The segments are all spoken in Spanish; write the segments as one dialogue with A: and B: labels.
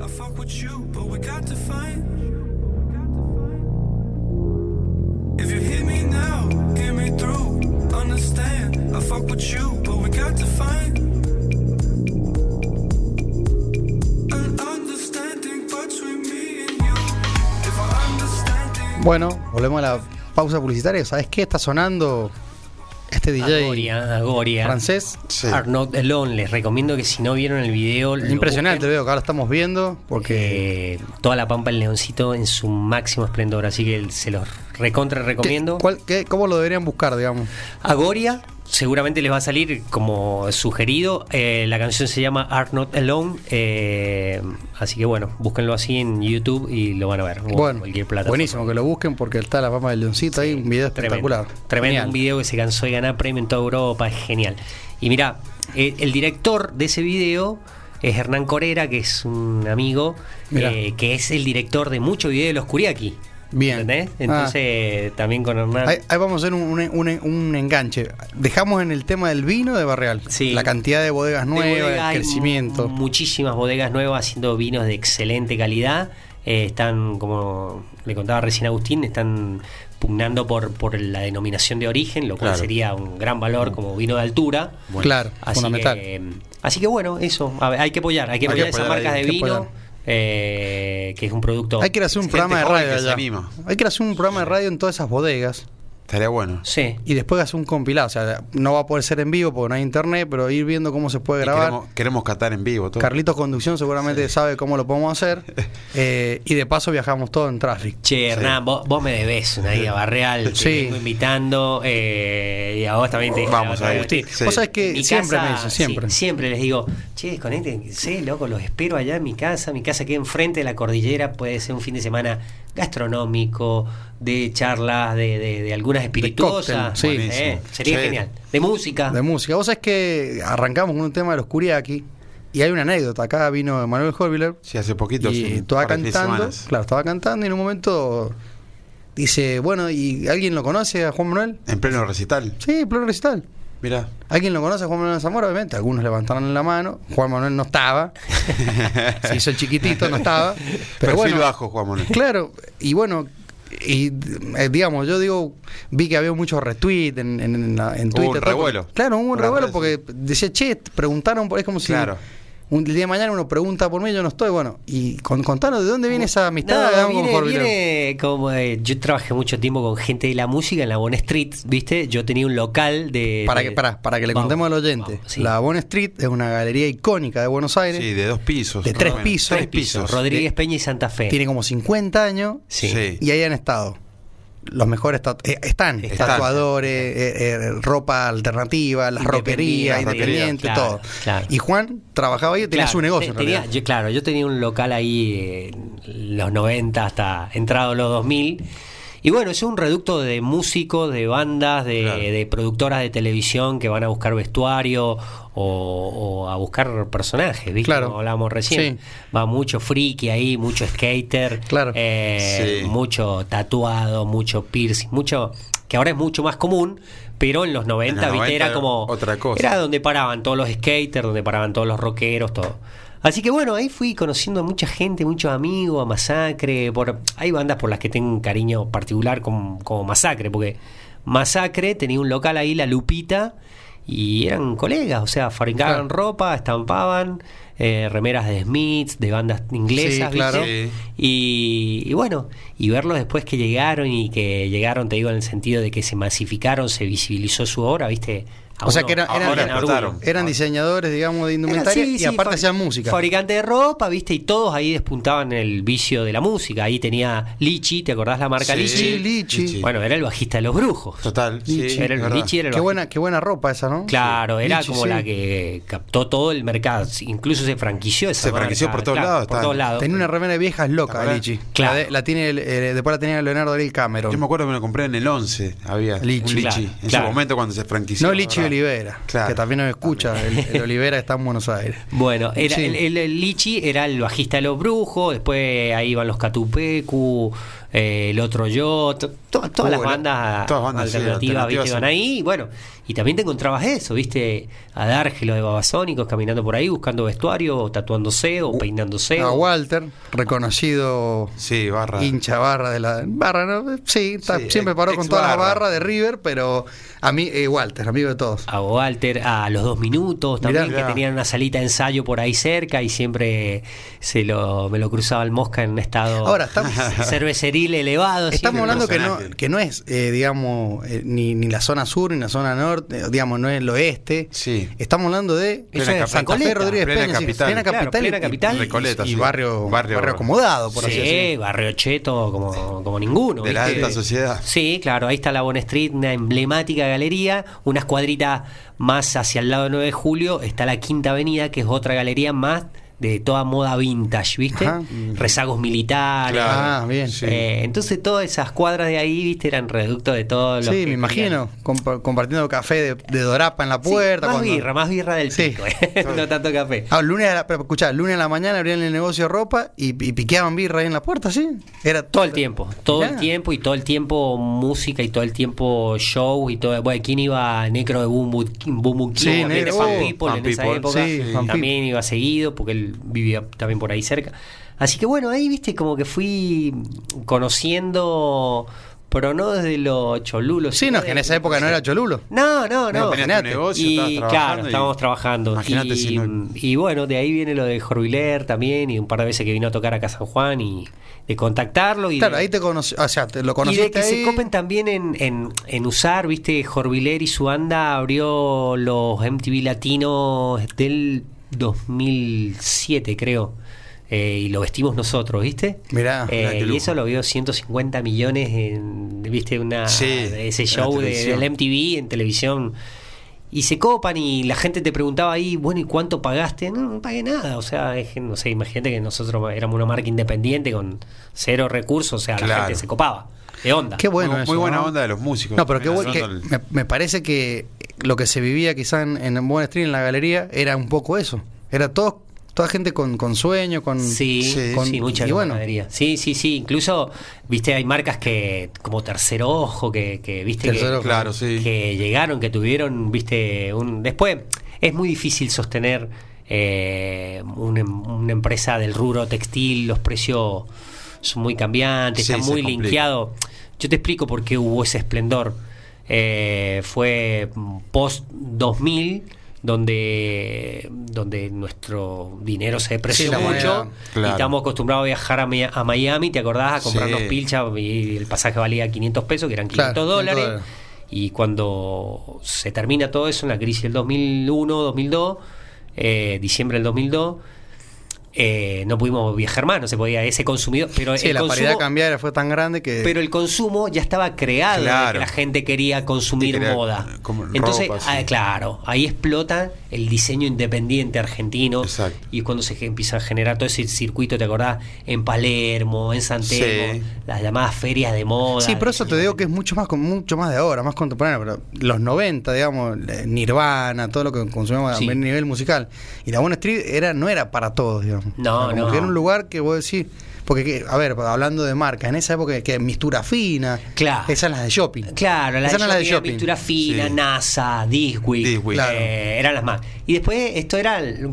A: I fuck with you, but we got to find. If you hit me now, get me through. Understand, I fuck with you, but we got to find. An understanding between me and you. If I understand it,
B: Bueno, volvemos a la pausa publicitaria. ¿Sabes qué está sonando este DJ
C: Agoria, Agoria.
B: francés? Ah,
D: Sí.
C: Are Not Alone. Les recomiendo que si no vieron el video. lo
B: Impresionante,
C: busquen.
B: veo que ahora estamos viendo porque
C: Eh, toda la pampa el leoncito en su máximo esplendor. Así que se los recontra recomiendo.
B: ¿Qué- cuál- qué- ¿Cómo lo deberían buscar, digamos?
C: Agoria seguramente les va a salir como sugerido. Eh, la canción se llama Art Not Alone. eh, así que bueno, búsquenlo así en YouTube y lo van a ver. o en
B: Bueno,
C: cualquier plataforma.
B: buenísimo que lo busquen porque está la fama del leoncito ahí, un video espectacular.
C: Tremendo, tremendo,
B: Genial.
C: un video que se cansó de ganar premio en toda Europa, es genial. Y mira, el director de ese video es Hernán Corera, que es un amigo,
B: Mirá.
C: eh, que es el director de muchos videos de los Curiaki.
B: Bien.
C: ¿Entendés?
B: Ah.
C: Entonces, también con Hernán.
B: Ahí, ahí vamos a hacer un, un- un- un enganche. Dejamos en el tema del vino de Barreal.
C: Sí.
B: La cantidad de bodegas nuevas,
C: de bodega hay
B: el crecimiento.
C: mu- Muchísimas bodegas nuevas haciendo vinos de excelente calidad. Eh, están, como le contaba recién Agustín, están pugnando por, por la denominación de origen, lo cual
D: Claro.
C: sería un gran valor como vino de altura.
B: Claro,
C: así
B: fundamental.
C: Que, mm, así que bueno, eso, a ver, hay que apoyar, hay que
D: Hay que
C: apoyar, esas
D: apoyar,
C: marcas
D: hay
C: de
B: que
C: vino,
B: apoyar.
C: eh, que es un producto...
B: Hay que hacer un programa de
D: joven
B: radio
D: que se
B: allá.
D: anima.
B: Hay que hacer un programa de radio en todas esas bodegas.
D: Estaría bueno.
C: Sí.
B: Y después hacer un compilado. O sea, no va a poder ser en vivo porque no hay internet, pero ir viendo cómo se puede
D: Y
B: grabar.
D: Queremos, queremos catar en vivo todo.
B: Carlitos Conducción seguramente sabe cómo lo podemos hacer. Eh, y de paso viajamos todo en tráfico.
C: Che, Hernán, vos, vos me debes una ida a Barreal, te
B: Sí.
C: vengo invitando, eh, y a vos también te dije la
D: Vamos,
C: otra vez.
D: Agustín. Sí.
B: Vos sabés
C: En
B: que
C: mi
B: siempre
C: casa,
B: me dicen, siempre.
C: sí, siempre les digo, che, desconecten, sí, loco, los espero allá en mi casa. Mi casa queda enfrente de la cordillera, puede ser un fin de semana gastronómico, de charlas, de, de- de algunas espirituosas.
B: cóctel, sí.
C: eh, sería
D: Sí.
C: genial. De música.
B: De música. Vos sabés que arrancamos con un tema de los Curiaki. Y hay una anécdota. Acá vino Manuel Horviller.
D: Sí, hace poquito.
B: y
D: hace un
B: estaba
D: par de fines de
B: cantando.
D: semanas.
B: Claro, estaba cantando y en un momento dice, bueno, ¿y alguien lo conoce a Juan Manuel?
D: En pleno recital.
B: Sí, pleno recital.
D: Mirá.
B: ¿Alguien lo conoce a Juan Manuel Zamora? Obviamente, algunos levantaron la mano. Juan Manuel no estaba. Se hizo el chiquitito, no estaba. Pero
D: Perfil
B: bueno,
D: bajo, Juan Manuel.
B: Claro, y bueno, y eh, digamos, yo digo, vi que había muchos retweets en, en, en la- en
D: Hubo
B: Twitter.
D: un
B: todo.
D: revuelo.
B: Claro, hubo un
D: Una
B: revuelo
D: red,
B: porque decía, che, preguntaron, por- es como si
D: Claro.
B: un el día de mañana uno pregunta por mí, yo no estoy. Bueno, y con, contanos de dónde viene esa amistad
C: No,
B: digamos,
C: viene-
B: con Jorge Villar?
C: viene como, eh, yo trabajé mucho tiempo con gente de la música en la Bon Street, ¿viste? Yo tenía un local de.
B: Para
C: de-
B: que, para, para que le
C: Vamos,
B: contemos al oyente,
C: vamos, sí.
B: la Bon Street es una galería icónica de Buenos Aires.
D: Sí, de dos pisos.
B: eh. De
D: más
B: tres
D: o menos.
B: pisos.
D: Tres pisos.
C: Rodríguez Peña y Santa Fe.
B: Tiene como 50 años
C: Sí.
D: Sí.
B: y ahí han estado. Los mejores tatu- eh, están,
D: Están.
B: tatuadores, eh, eh, ropa alternativa, las roperías, independiente,
C: Independiente, claro,
B: todo.
C: claro.
B: Y Juan trabajaba ahí y tenía
C: Claro,
B: su negocio.
C: te-
B: en
C: tenía-
B: realidad.
C: yo, claro, yo tenía un local ahí eh, en los 90 hasta entrado los 2000. Y bueno, es un reducto de músicos, de bandas, de,
D: Claro.
C: de productoras de televisión que van a buscar vestuario o, o a buscar personajes, ¿viste?
B: Claro.
C: Como hablábamos recién.
B: Sí.
C: Va mucho friki ahí, mucho skater,
B: Claro.
C: eh,
D: Sí.
C: mucho tatuado, mucho piercing, mucho que ahora es mucho más común, pero en los 90 90,
D: En los
C: ¿viste?
D: 90
C: Era como.
D: otra cosa.
C: Era donde paraban todos los skaters, donde paraban todos los rockeros, todo. Así que bueno, ahí fui conociendo a mucha gente, muchos amigos, a Masacre. Por, hay bandas por las que tengo un cariño particular como, como Masacre, porque Masacre tenía un local ahí, La Lupita, y eran colegas, o sea, fabricaban
B: Claro.
C: ropa, estampaban eh, remeras de Smiths, de bandas inglesas, ¿viste?
B: claro.
D: Sí.
C: Y, y bueno, y verlos después que llegaron y que llegaron, te digo, en el sentido de que se masificaron, se visibilizó su obra, ¿viste? A
D: Ah,
B: O sea
C: uno-
B: que eran-
C: a uno
B: eran-
C: le da orgullo.
D: explotaron.
B: Eran diseñadores, digamos, de
C: Eran,
B: indumentaria
C: sí,
B: y
C: sí,
B: aparte
C: fabri-
B: hacían música.
C: Fabricante de ropa, ¿viste? Y todos ahí despuntaban el vicio de la música. Ahí tenía Lichi, ¿te acordás la marca
D: Sí.
B: Sí,
C: Lichi?
B: Lichi.
D: Lichi.
C: Bueno, era el bajista de los brujos.
D: Total. Sí,
C: Era el-
D: verdad.
C: Lichi era el
B: Qué
C: bajista.
B: buena, qué buena ropa esa, ¿no?
C: Claro, era
B: Lichi,
C: como
B: sí.
C: la que captó todo el mercado. Incluso se franquició esa
D: Se franquició
C: marca,
D: por todos
C: claro,
D: lados,
C: Por
D: está.
C: todos lados.
B: Tenía una remera de viejas
D: ¿Te
B: loca,
D: acordás?
B: Lichi.
C: Claro.
B: La, de- la tiene, el- eh, después la tenía Leonardo Ariel Cameron.
D: Yo me acuerdo que me lo compré en el 11. Había
B: Lichi.
D: un lichi.
C: Claro,
D: en
C: claro.
D: su momento cuando se franquició.
B: No Lichi
D: ¿verdad?
B: Olivera,
D: Claro,
B: que también nos escucha. El, el Olivera está en Buenos Aires.
C: Bueno, era,
B: Sí.
C: el, el- el Lichi era el bajista de los brujos, después ahí iban los Catupecu, eh, el otro yo, to- to- todas, las
B: Uh,
D: bueno,
C: bandas
D: todas bandas, sí,
C: alternativas ¿viste?
D: alternativas,
C: iban
D: sí.
C: ahí. Y bueno, y también te encontrabas eso, viste, a Dárgelo de Babasónicos caminando por ahí buscando vestuario, o tatuándose o peinándose.
B: Uh, A
C: o-
B: Walter, reconocido
D: Sí, barra.
B: hincha barra de la. Barra, ¿no? Sí, ta-
D: Sí,
B: siempre
D: ex-
B: paró con
D: ex
B: toda la
D: barra.
B: barra de River, pero a mí, eh, Walter, amigo de todos.
C: a Walter a los dos minutos también,
B: Mirá,
C: que
D: mirá.
C: tenían una salita de ensayo por ahí cerca y siempre se lo, me lo cruzaba el mosca en un estado
B: Ahora, estamos-
C: cerveceril elevado.
B: Estamos
C: siempre.
B: hablando que no,
D: impresionante.
B: que no es, eh, digamos, eh, ni, ni la zona sur, ni la zona norte, eh, digamos, no es el oeste.
D: Sí.
B: Estamos hablando de
C: Eso
D: Plena
C: es
D: capital.
B: Santa Fe,
C: Recoleta.
B: Rodríguez
D: Plena
B: Peña, sí,
D: capital.
B: plena
C: Claro,
B: capital,
C: plena
B: y-
C: capital.
B: y-
D: Recoleta,
B: y,
D: sí.
B: barrio,
D: Barrio-
B: barrio, acomodado, por así
C: Sí,
B: decirlo.
C: barrio cheto como, como ninguno.
D: De la
C: ¿viste?
D: alta sociedad.
C: Sí, claro, ahí está la Bon Street, una emblemática galería. Unas cuadritas más hacia el lado de 9 de julio está la Quinta Avenida, que es otra galería más de toda moda vintage, ¿viste?
B: Ajá.
C: Rezagos militares.
B: Ah, bien.
D: Sí.
C: Eh, entonces todas esas cuadras de ahí, viste, eran reducto de todo lo
B: Sí, me imagino, compa- compartiendo café de, de Dorapa en la puerta.
C: más
B: cuando-
C: birra, más birra del
B: Sí.
C: pico, ¿eh? no tanto café.
B: Ah, lunes a la, pero escuchá, lunes a la mañana abrían el negocio de ropa y, y piqueaban birra ahí en la puerta, ¿sí? Era
C: Todo el tiempo, todo el
B: Mirá.
C: tiempo y todo el tiempo música y todo el tiempo show y todo. Bueno, ¿quién iba a Necro de Boom Boom Boom Boom
B: Sí,
C: Kid, también de
B: Necro.
C: Fan
B: Oh,
C: People
D: Fan
C: en esa
D: People,
C: época?
B: sí, Fan
C: también iba seguido porque él vivía también por ahí cerca. Así que bueno, ahí viste como que fui conociendo, pero no desde los cholulos.
B: Sí, no,
C: sino
B: que en
C: de-
B: esa época no era Cholulo.
C: No, no, no.
D: No, tenías tu
B: imagínate.
D: negocio, estabas
C: Y
D: trabajando
C: claro,
D: y-
C: estábamos trabajando.
D: Imagínate
C: y,
D: si no-
C: y bueno, de ahí viene lo de Jorviler también y un par de veces que vino a tocar acá a San Juan y de contactarlo y
B: Claro,
C: de-
B: ahí te conocí, o sea, te lo
C: y de
B: conociste
C: que se
B: ahí.
C: copen también en, en- en usar, viste, Jorviler y su banda abrió los MTV latinos del 2007, creo. Eh, y lo vestimos nosotros, ¿viste?
B: Mirá,
C: Eh,
D: mirá qué
C: y
D: lujo.
C: eso lo vio 150 millones en, ¿viste? Una,
D: Sí,
C: ese
D: en la
C: show de-
D: televisión.
C: del MTV en televisión. Y se copan y la gente te preguntaba ahí, bueno, ¿y cuánto pagaste? No, no pagué nada. O sea, es que, no sé, imagínate que nosotros éramos una marca independiente con cero recursos, o sea, la
D: Claro.
C: gente se copaba. De onda.
B: Qué bueno.
D: muy,
B: eso,
D: muy buena
B: ¿no?
D: onda de los músicos.
B: No, pero qué bueno.
D: También
B: que
D: haciendo
B: me, me parece que lo que se vivía quizás en, en Buen Street, en la galería, era un poco eso. Era todo, toda gente con, con sueño, con.
C: Sí, sí,
D: Sí,
B: con-
C: mucha
B: y bueno.
C: camaradería. Sí, sí, sí. Incluso, viste, hay marcas que, como Tercer Ojo, que, que viste, que,
B: Tercer
D: el-
B: Ojo.
D: Claro, sí.
C: que llegaron, que tuvieron, viste, un. Después, es muy difícil sostener eh, una, em- una empresa del rubro textil, los precios son muy cambiantes,
D: Sí,
C: está
D: se
C: muy
D: complica.
C: linkeado. Yo te explico por qué hubo ese esplendor. Eh, fue mm, post 2000 donde donde nuestro dinero se depreció
B: Sí, la
C: mucho
B: moneda,
D: claro.
C: y estamos acostumbrados a viajar a, Mi- a Miami, ¿te acordás? A comprarnos
D: Sí.
C: pilchas y el pasaje valía 500 pesos, que eran 500
B: Claro, 500
C: dólares.
B: dólares.
C: Y cuando se termina todo eso en la crisis del 2001, 2002, eh, diciembre del 2002, eh, no pudimos viajar más, no se podía ese consumidor. Pero
B: Sí,
C: el
B: la paridad
C: consumo-
B: cambiaria fue tan grande que.
C: pero el consumo ya estaba creado de
D: Claro.
C: que la gente quería consumir
D: Que quería,
C: moda.
D: eh, como
C: Entonces,
D: ropa, sí.
C: ah, claro, ahí explota el diseño independiente argentino.
D: Exacto.
C: Y es cuando se ge- empieza a generar todo ese circuito, ¿te acordás? En Palermo, en San
D: Sí.
C: Telmo, las llamadas ferias de moda.
B: Sí, pero eso te digo que es mucho más con- mucho más de ahora, más contemporáneo. Pero los 90, digamos, eh, Nirvana, todo lo que consumíamos
C: Sí.
B: a nivel musical. Y la Buena Street era, no era para todos, digamos.
C: No,
B: Era como
C: no.
B: que era un lugar que vos decís. Porque, que- a ver, hablando de marcas, en esa época que mistura fina.
C: Claro.
B: Esas las de shopping.
C: Claro, la
B: esas eran las de
C: de
B: shopping.
C: pintura fina,
D: Sí.
C: NASA, Diswick,
D: Diswick.
B: Claro.
C: eh, eran las más. Y después esto era el-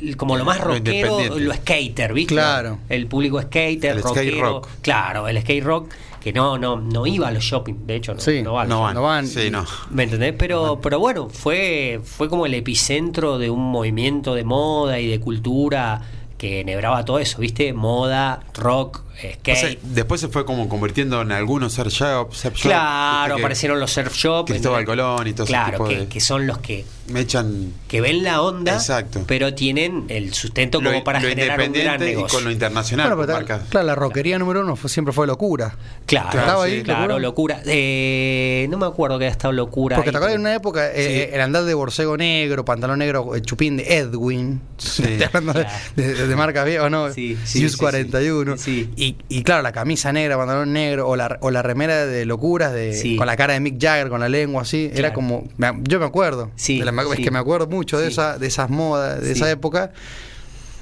C: el- como lo más
D: Lo
C: rockero, lo,
D: independiente.
C: skater, ¿viste?
B: Claro.
C: El público skater,
D: El skate
C: rockero,
D: rock.
C: claro, el skate rock que no no no iba a los shopping, de hecho no,
B: Sí,
C: no va a los
D: No van.
B: No van.
D: Sí, no.
C: ¿Me entendés? Pero, pero bueno, fue, fue como el epicentro de un movimiento de moda y de cultura que enhebraba todo eso, ¿viste? Moda, rock,
D: O
C: skate.
D: sea, después se fue como convirtiendo en algunos surf shop, surf shop,
C: Claro,
D: Pues viste que
C: aparecieron los surf shop.
D: Cristóbal
C: ¿entendés?
D: Colón y todo ese
C: Claro,
D: tipo
C: que,
D: de-
C: que son los que,
D: Me echan
C: que ven la onda,
D: Exacto.
C: pero tienen el sustento
D: lo,
C: como para
D: lo
C: generar un gran
D: independiente y
C: negocio.
D: con lo internacional.
B: Bueno, pero
D: con
B: ta-
D: marcas.
B: claro, la roquería número uno fue- siempre fue locura.
C: Claro,
D: Claro,
C: claro,
D: sí,
C: claro, locura. Eh, no me acuerdo que haya estado locura.
B: Porque
C: ahí,
B: te acuerdas en
C: pero-
B: una época eh, eh, el andar de borcego negro, pantalón negro, eh, chupín de Edwin,
D: Sí.
B: Estoy hablando de-
C: Claro.
B: de, de marcas viejas, ¿o ¿no?
C: Sí, sí,
B: Use
C: sí,
B: 41.
C: sí. Sí.
B: Y y, y claro, la camisa negra, pantalón negro, o la, o la remera de locuras de,
C: Sí.
B: con la cara de Mick Jagger, con la lengua así, era
C: Claro.
B: como. me ac- Yo me acuerdo.
C: Sí,
B: de la- Es
C: sí.
B: que me acuerdo mucho de,
C: Sí.
B: esa, de esas modas, de
C: Sí.
B: esa época.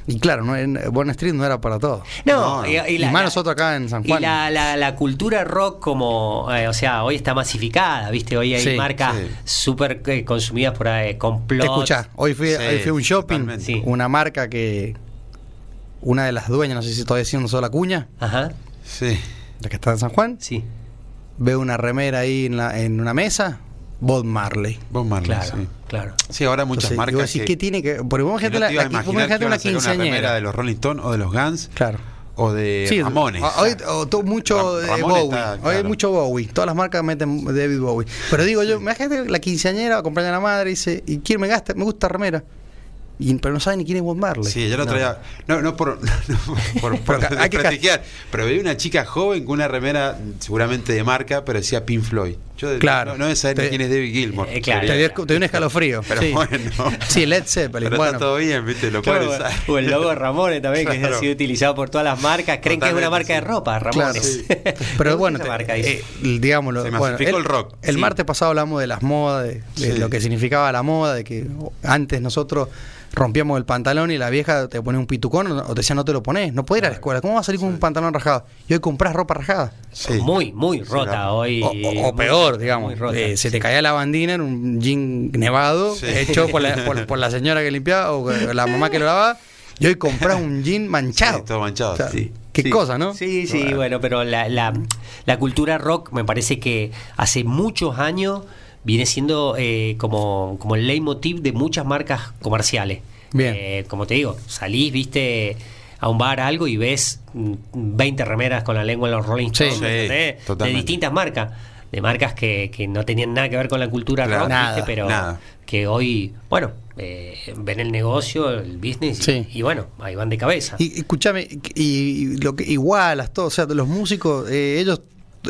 B: Y claro, no, en- Bond Street no era para todos.
C: No,
D: No,
C: y,
B: Y, más nosotros acá en San
C: Y
B: Juan.
C: la, la- la cultura rock como, eh, o sea, hoy está masificada, ¿viste? Hoy hay
B: Sí,
C: marcas
D: sí.
C: súper eh, consumidas por eh, complot.
B: Te escuchá, hoy fui,
D: Sí,
B: hoy fui a un shopping,
D: totalmente.
C: Sí.
B: una marca que. Una de las dueñas, no sé si todavía siendo sola cuña,
C: Ajá,
D: Sí.
B: la que está en San Juan,
C: sí.
B: veo una remera ahí en, la- en una mesa, Bob Marley.
D: Bob Marley,
C: Claro,
D: sí.
C: claro.
D: Sí, ahora muchas
B: Entonces,
D: marcas.
B: y vos decís, ¿qué tiene que.? Porque vos
D: que
B: imagínate
D: no
B: la,
D: te
B: la-
D: ibas a
B: vos
D: imaginar
B: imagínate
D: que iban a
B: una
D: sacar una
B: quinceañera.
D: remera de los Rolling Stones o de los Guns
B: Claro.
D: o de
B: Sí,
D: Ramones.
B: o- Hoy, o to- mucho
D: Ram-
B: eh,
D: Ramones
B: Bowie.
D: está,
B: Hoy hay
D: claro.
B: mucho Bowie. Todas las marcas meten David Bowie. Pero digo yo, imagínate la quinceañera acompaña a la madre y dice, ¿y quién me gasta? Me gusta remera. Y, pero no sabe ni quién es Bob Marley.
D: Sí, yo lo traía. No, no por, no, no, por, por
B: Pero hay que
D: desprestigiar, Pero vi una chica joven con una remera, seguramente de marca, pero decía Pink Floyd. Yo de-
B: Claro.
D: no, no de saber ni
B: Te-
D: quién es David Gilmour.
C: Eh, claro.
B: Te dio, te dio un escalofrío.
D: Pero
B: sí.
D: bueno.
B: Sí, Led Zeppelin.
D: Pero
B: bueno,
D: está todo bien, ¿viste? Lo
C: Claro,
D: pueden usar.
C: o el logo de Ramones también, que
D: Claro.
C: ha sido utilizado por todas las marcas. Creen que es una marca
D: Totalmente,
C: de
D: sí.
C: ropa,
B: Claro,
C: Ramones.
B: sí.
C: Me gusta
B: Pero bueno,
C: esa
B: te-
C: marca, dice.
B: eh, digámoslo.
D: Se
B: bueno,
D: masificó el rock.
B: El
D: Sí.
B: martes pasado hablamos de las modas, de, de
D: Sí.
B: lo que significaba la moda, de que antes nosotros rompíamos el pantalón y la vieja te ponía un pitucón o te decía no te lo pones, no puedes ir a la escuela, ¿cómo vas a salir con un pantalón rajado? Y hoy compras ropa rajada.
D: Sí.
C: Muy, muy
D: Sí,
C: rota
D: la-
C: hoy.
B: O, o- o
C: Muy-
B: peor,
C: muy
B: digamos,
C: rota.
B: eh, se te caía la bandina en un jean nevado,
D: Sí.
B: hecho por la, por- por la señora que limpiaba o la mamá que lo lavaba, y hoy compras un jean manchado.
D: Sí, todo manchado, sí.
B: Qué
D: Sí.
B: cosa, ¿no?
C: Sí, sí, bueno, pero la, la- la cultura rock me parece que hace muchos años viene siendo eh, como, como el leitmotiv de muchas marcas comerciales.
B: Bien.
C: Eh, como te digo, salís, viste a un bar algo y ves mm, 20 remeras con la lengua en los Rolling
B: Sí.
C: Stones,
D: Sí,
C: ¿entendés? de
D: totalmente.
C: distintas marcas, de marcas que, que no tenían nada que ver con la cultura
D: Claro.
C: rock,
B: Nada,
C: ¿viste? pero
D: nada.
C: que hoy, bueno, eh, ven el negocio, el business, y-
B: Sí.
C: y, bueno, ahí van de cabeza.
B: Y y escúchame, y, y lo que igualas todo, o sea, los músicos, eh, ellos,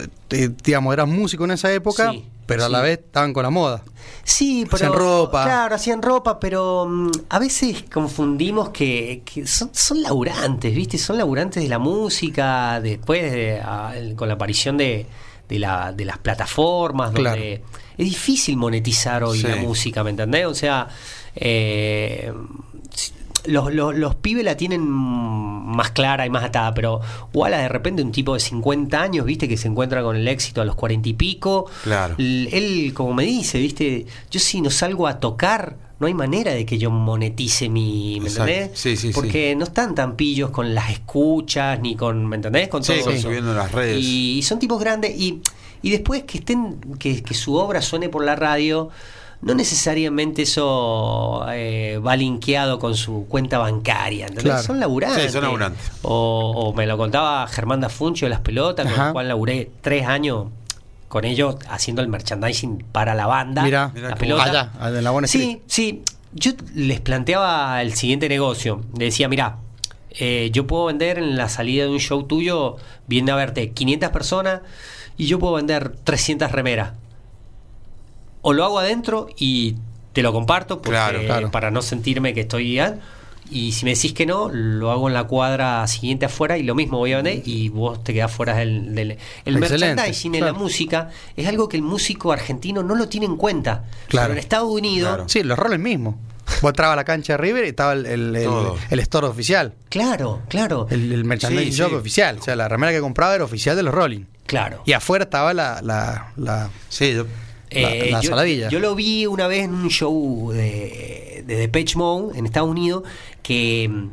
B: eh, eh, digamos, eran músicos en esa época,
C: Sí,
B: pero a
C: sí.
B: la vez estaban con la moda.
C: Sí, pero.
B: Hacían ropa.
C: Claro, hacían ropa, pero mm, a veces confundimos que, que son, son laburantes, ¿viste? Son laburantes de la música, después de- a- con la aparición de, de la- de las plataformas, donde es difícil monetizar hoy
D: Sí.
C: la música, ¿me entendés? O sea, eh, si- los, los- los pibes la tienen más clara y más atada, pero Wala de repente un tipo de 50 años, ¿viste? Que se encuentra con el éxito a los 40 y pico.
D: Claro.
C: L- él, como me dice, viste, yo si no salgo a tocar, no hay manera de que yo monetice mi. ¿Me
D: Exacto.
C: entendés?
D: Sí, sí, sí.
C: Porque no están tan pillos con las escuchas, ni con. ¿Me entendés? Con
D: Sí,
C: todo
D: con
C: eso.
D: subiendo las redes.
C: Y, son tipos grandes. Y, y después que estén. Que, que su obra suene por la radio. No necesariamente eso eh, va linkeado con su cuenta bancaria. ¿entendés?
B: Claro.
C: Son laburantes.
D: Sí, son laburantes.
C: O, o me lo contaba Germán Dafuncio de las pelotas, con
B: Ajá.
C: el cual laburé tres años con ellos haciendo el merchandising para la banda.
B: Mirá,
D: mirá
C: la
D: cómo-
C: pelota.
B: Allá, allá en la buena
C: sí, sí. Yo les planteaba el siguiente negocio. Le decía, mirá, eh, yo puedo vender en la salida de un show tuyo, viene a verte 500 personas y yo puedo vender 300 remeras. O lo hago adentro y te lo comparto porque-
D: Claro,
B: claro.
C: para no sentirme que estoy... ah, Y si me decís que no, lo hago en la cuadra siguiente afuera y lo mismo voy a vender y vos te quedás fuera del... del- el
B: Excelente,
C: merchandising en
B: claro.
C: la música es algo que el músico argentino no lo tiene en cuenta.
B: Claro.
C: Pero en Estados Unidos,
D: Claro.
C: claro,
B: Sí, los roles mismos. Vos entrabas a la cancha de River y estaba el, el, el-
D: Todo.
B: el store oficial,
C: claro, claro.
B: el, el merchandising
D: Sí, sí.
B: shop oficial. O sea, la remera que compraba era oficial de los Rolling. Y afuera estaba la, la, la-
D: Sí, yo-
B: la- la
C: Eh, yo,
B: saladilla.
C: yo lo vi una vez en un show de, de Depeche Mode en Estados Unidos que, mm,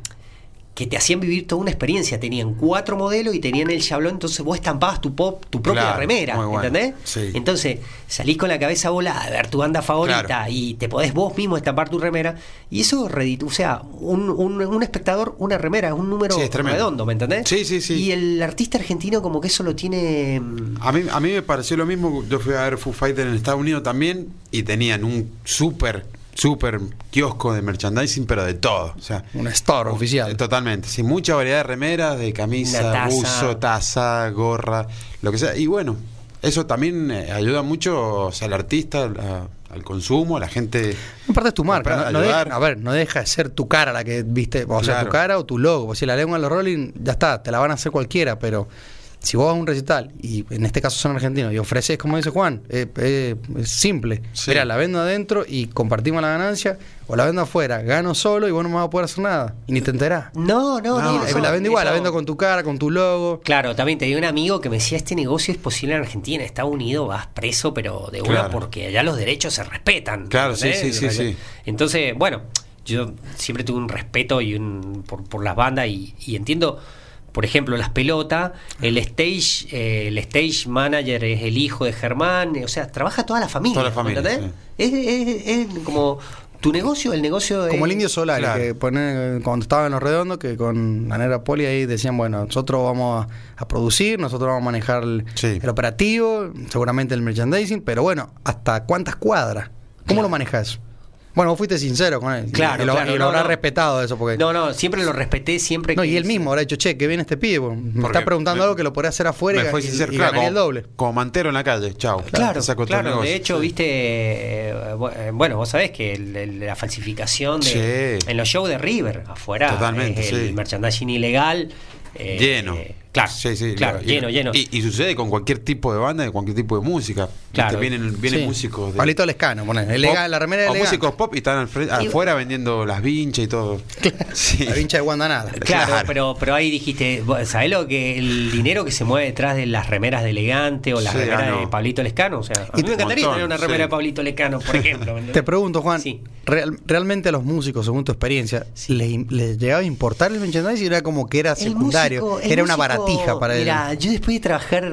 C: que te hacían vivir toda una experiencia. Tenían cuatro modelos y tenían el chablón, entonces vos estampabas tu, pop, tu propia
D: Claro,
C: remera,
D: muy bueno,
C: ¿entendés?
D: sí.
C: Entonces salís con la cabeza volada a ver tu banda favorita
D: Claro.
C: y te podés vos mismo estampar tu remera. Y eso, reditu- o sea, un, un- un espectador, una remera, es un número
D: Sí, es tremendo.
C: redondo, ¿me entendés?
D: Sí, sí, Ah. sí.
C: Y el artista argentino como que eso lo tiene... mm,
D: A mí, a mí me pareció lo mismo. Yo fui a ver Foo Fighters en Estados Unidos también y tenían un súper, súper kiosco de merchandising, pero de todo. O sea,
B: un store
D: eh,
B: oficial.
D: totalmente. Sí, mucha variedad de remeras, de
C: Una
D: camisa,
C: taza.
D: buzo, taza, gorra, lo que sea. Y bueno, eso también eh, ayuda mucho o sea, al artista a, al consumo, la gente.
B: Aparte es tu marca,
D: Comprar,
B: no, no de-
D: ayudar.
B: a ver, no deja de ser tu cara la que viste, o sea,
D: Claro.
B: tu cara o tu logo. Pues si la lengua de los Rolling, ya está, te la van a hacer cualquiera, pero si vos vas a un recital, y en este caso son argentinos, y ofreces, como dice Juan, eh, eh, es simple.
D: Sí.
B: Mira, la vendo adentro y compartimos la ganancia, o la vendo afuera, gano solo y vos no me vas a poder hacer nada, y ni te enterás.
C: No, no,
D: No,
C: tiene
B: Eh,
C: razón,
B: la vendo igual, la
C: eso-
B: vendo con tu cara, con tu logo.
C: Claro, también tenía un amigo que me decía, este negocio es posible en Argentina, en Estados Unidos vas preso, pero de una
D: Claro.
C: porque allá los derechos se respetan.
D: Claro, sí,
C: ¿entendés?
D: sí, sí, sí.
C: Entonces, bueno, yo siempre tuve un respeto y un, por, por las bandas y, y entiendo, por ejemplo, las pelotas, el stage eh, el stage manager es el hijo de Germán, eh, o sea, trabaja toda la familia.
D: Toda la familia,
C: ¿entendés? Es, es- es como tu negocio, el negocio
B: Como el
C: es-
B: indio solar,
D: Claro.
B: que pone, cuando estaba en los redondos, que con la negra poli ahí decían, bueno, nosotros vamos a, a producir, nosotros vamos a manejar el,
D: Sí.
B: el operativo, seguramente el merchandising, pero bueno, ¿hasta cuántas cuadras? ¿Cómo lo manejas? Bueno, vos fuiste sincero con él. y-
C: Claro,
B: y lo,
C: claro,
B: y lo
C: no,
B: habrás
C: no.
B: respetado eso, porque...
C: No, no, siempre lo respeté, siempre
B: No,
C: que-
B: y él mismo habrá dicho, che, que viene este pibe, me
D: Porque
B: está preguntando
D: me-
B: algo que lo podría hacer afuera
D: me
B: y,
D: fue
B: y-
D: sin ser
B: y
D: claro,
B: ganaría
D: como,
B: el doble.
D: como mantero en la calle, chao.
C: Claro,
D: Te saco todo el
C: claro.
D: negocio.
C: De hecho, viste, eh, bu- eh, bueno, vos sabés que el- el- la falsificación de,
D: Sí.
C: en los shows de River afuera,
D: Totalmente,
C: es el
D: sí.
C: merchandising ilegal. eh,
D: lleno.
C: eh, claro,
D: Sí, sí,
C: claro,
D: y-
C: lleno, lleno.
D: Y, y sucede con cualquier tipo de banda, de cualquier tipo de música.
C: Claro.
D: Viste, Vienen, vienen
B: Sí.
D: músicos de.
B: Pablito Lescano, poner.
D: pop,
B: la remera
D: o
B: de
D: músicos pop y están al fre- afuera vendiendo las vinchas y todo. Sí.
B: La vincha de Guandanara.
C: Claro,
D: Claro.
C: Pero, pero ahí dijiste, vos ¿sabés lo que el dinero que se mueve detrás de las remeras de Elegante o las
D: Sí,
C: remeras
D: ah, no.
C: de Pablito Lescano? O sea, a mí
D: te-
C: me encantaría
D: montón,
C: tener una remera
D: sí.
C: de Pablito Lescano, por ejemplo. ¿me
B: Te
C: entendés?
B: pregunto, Juan,
C: Sí.
B: real- ¿realmente a los músicos, según tu experiencia,
C: Sí.
B: les, les llegaba a importar el merchandising? Era como que era
C: El
B: secundario,
C: músico- el
B: era una
C: músico-
B: baratija para
C: Mira,
B: él.
C: Oh, yo después de trabajar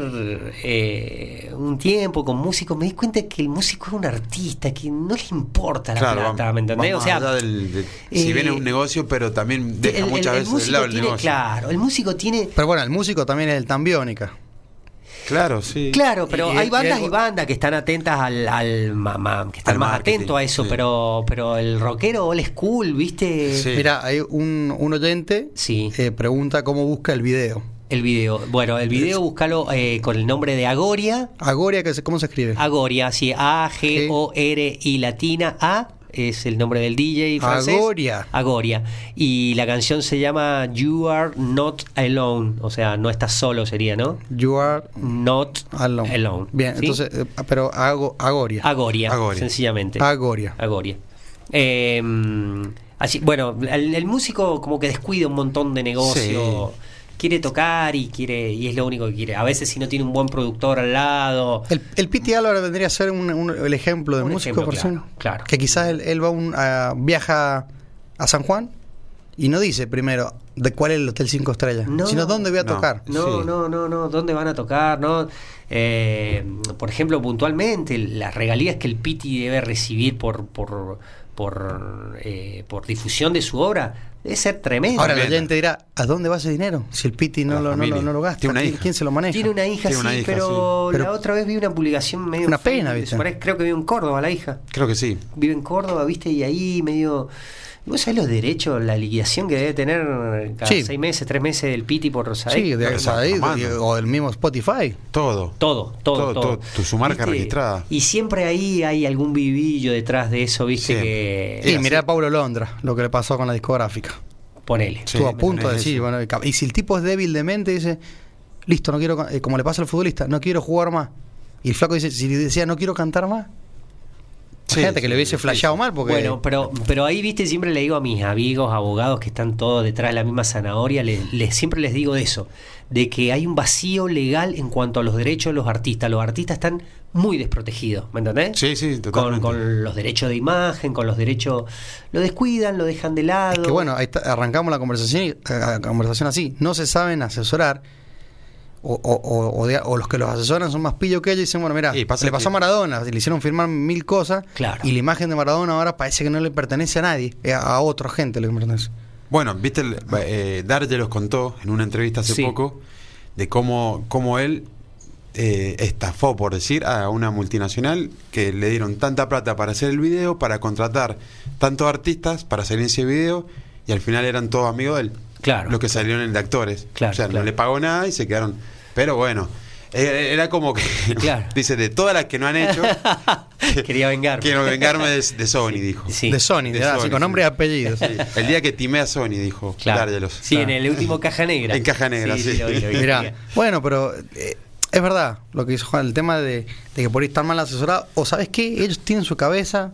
C: eh, un tiempo con músicos, me di cuenta que el músico es un artista, que no le importa la
D: Claro,
C: plata,
D: vamos-
C: ¿me entendés?
D: vamos
C: o sea,
D: allá del- de- si
C: eh,
D: bien es un negocio, pero también deja
C: el- el-
D: muchas
C: el
D: veces
C: músico
D: del lado el
C: tiene-
D: negocio.
C: Claro, el músico tiene.
B: Pero bueno, el músico también es el tambiónica.
D: Claro, sí.
C: Claro, pero
B: Y- y-
C: hay bandas
B: y-
C: y, bandas que están atentas al, al ma- ma- que están
D: Al
C: más
D: marketing,
C: atentos a eso,
D: sí.
C: pero pero el rockero old school, ¿viste?
D: Sí.
B: Mira, hay un, un oyente
C: Sí.
B: eh, pregunta cómo busca el video.
C: El video. Bueno, el video búscalo eh, con el nombre de Agoria.
B: Agoria, que se- ¿cómo se escribe?
C: Agoria, sí, A-G-O-R-I latina A, es el nombre del DJ francés.
B: Agoria.
C: Agoria. Y la canción se llama You Are Not Alone, o sea, no estás solo sería, ¿no?
B: You are
C: Not
B: alone.
C: Alone.
B: Bien,
C: ¿sí?
B: entonces, eh, pero hago Agoria.
C: Agoria,
D: Agoria.
C: sencillamente.
B: Agoria.
C: Agoria. Eh, así, bueno, el, el músico como que descuida un montón de negocio. Quiere tocar y quiere y es lo único que quiere. A veces si no tiene un buen productor al lado.
B: El, el Piti Álvarez vendría a ser un- un- el ejemplo de
C: Un
B: músico
C: ejemplo,
B: por
C: claro,
B: sí.
C: claro.
B: Que quizás él, él va un, a- viaja a San Juan y no dice primero de cuál es el Hotel 5 Estrellas,
C: No.
B: sino dónde voy a
D: No.
B: tocar.
C: No,
D: Sí.
C: no, no, no. ¿Dónde van a tocar? No. Eh, por ejemplo, puntualmente, las regalías que el Piti debe recibir por por por, eh, por difusión de su obra debe ser tremendo.
B: Ahora el
D: Tremendo.
B: oyente dirá, ¿a dónde va ese dinero? Si el Piti
D: A
B: no
D: la
B: lo, no, lo,
D: familia.
B: no lo gasta,
D: Tiene una
B: ¿quién,
D: hija.
B: quién se lo maneja?
C: Tiene una hija,
D: Tiene una
C: sí,
D: hija,
C: pero,
B: sí. Pero-
C: la otra vez vi una publicación medio.
B: Una
C: en Facebook
B: pena,
C: de
B: ¿viste?
C: Suárez, Creo que vive en Córdoba la hija.
D: Creo que sí.
C: Vive en Córdoba, viste, y ahí medio. ¿Vos sabés los derechos, la liquidación que debe tener cada
B: Sí.
C: seis meses, tres meses del Piti por Rosadero?
B: Sí, de
D: Pero está
B: ahí,
D: tomando.
B: o del mismo Spotify.
D: Todo.
C: Todo, todo,
D: Todo,
C: todo.
D: todo, tu- su marca registrada.
C: Y siempre ahí hay algún vivillo detrás de eso, viste,
D: Siempre.
C: que.
B: Y
D: así.
B: mirá a Pablo Londra, lo que le pasó con la discográfica.
C: Ponele.
D: Sí,
B: Estuvo a punto de
D: tenés
B: decir,
D: eso.
B: bueno, y si el tipo es débil de mente, dice, listo, no quiero, ca- eh, como le pasa al futbolista, no quiero jugar más. Y el flaco dice, si decía no quiero cantar más,
D: Sí,
B: gente que
D: sí,
B: le hubiese
D: sí,
B: flasheado
D: sí.
B: mal porque
C: Bueno, pero, pero ahí, viste, siempre le digo a mis amigos, abogados que están todos detrás de la misma zanahoria, le- le- siempre les digo de eso, de que hay un vacío legal en cuanto a los derechos de los artistas. Los artistas están muy desprotegidos, ¿me entendés?
D: Sí, sí,
C: Con,
D: totalmente.
C: con los derechos de imagen, con los derechos... Lo descuidan, lo dejan de lado.
B: es que bueno, ahí está- arrancamos la conversación, y- eh, conversación así, no se saben asesorar. O, o- o- o de- o los que los asesoran son más pillos que ellos y dicen, bueno, mira,
D: Y
B: le
D: pasa
B: pasó
D: que-
B: a Maradona, le hicieron firmar mil cosas
C: Claro.
B: y la imagen de Maradona ahora parece que no le pertenece a nadie, eh, a, a otra gente le pertenece.
D: Bueno, viste, el- eh, Dar ya los contó en una entrevista hace
C: Sí.
D: poco de cómo, cómo él eh, estafó, por decir, a una multinacional que le dieron tanta plata para hacer el video, para contratar tantos artistas para salir en ese video y al final eran todos amigos de él.
C: Claro.
D: Los que salieron en el de actores.
C: Claro,
D: o sea,
C: claro.
D: no le pagó nada y se quedaron. Pero bueno. eh, Era como que,
C: Claro.
D: dice, de todas las que no han hecho,
C: Quería vengarme.
D: Quiero vengarme de, de Sony, dijo.
C: Sí.
B: De Sony,
D: De
B: de- ah,
D: Sony,
B: sí, con
D: sí.
B: nombre y apellido. sí.
D: Sí, El día que timé a Sony, dijo.
C: Claro.
D: Dárgelos.
C: Sí, en el último Caja Negra.
D: En Caja Negra, sí.
C: lo vi, lo vi.
B: Mirá, bueno, pero eh, es verdad lo que dice Juan, el tema de, de que por ahí están mal asesorados, o sabes qué, ellos tienen su cabeza,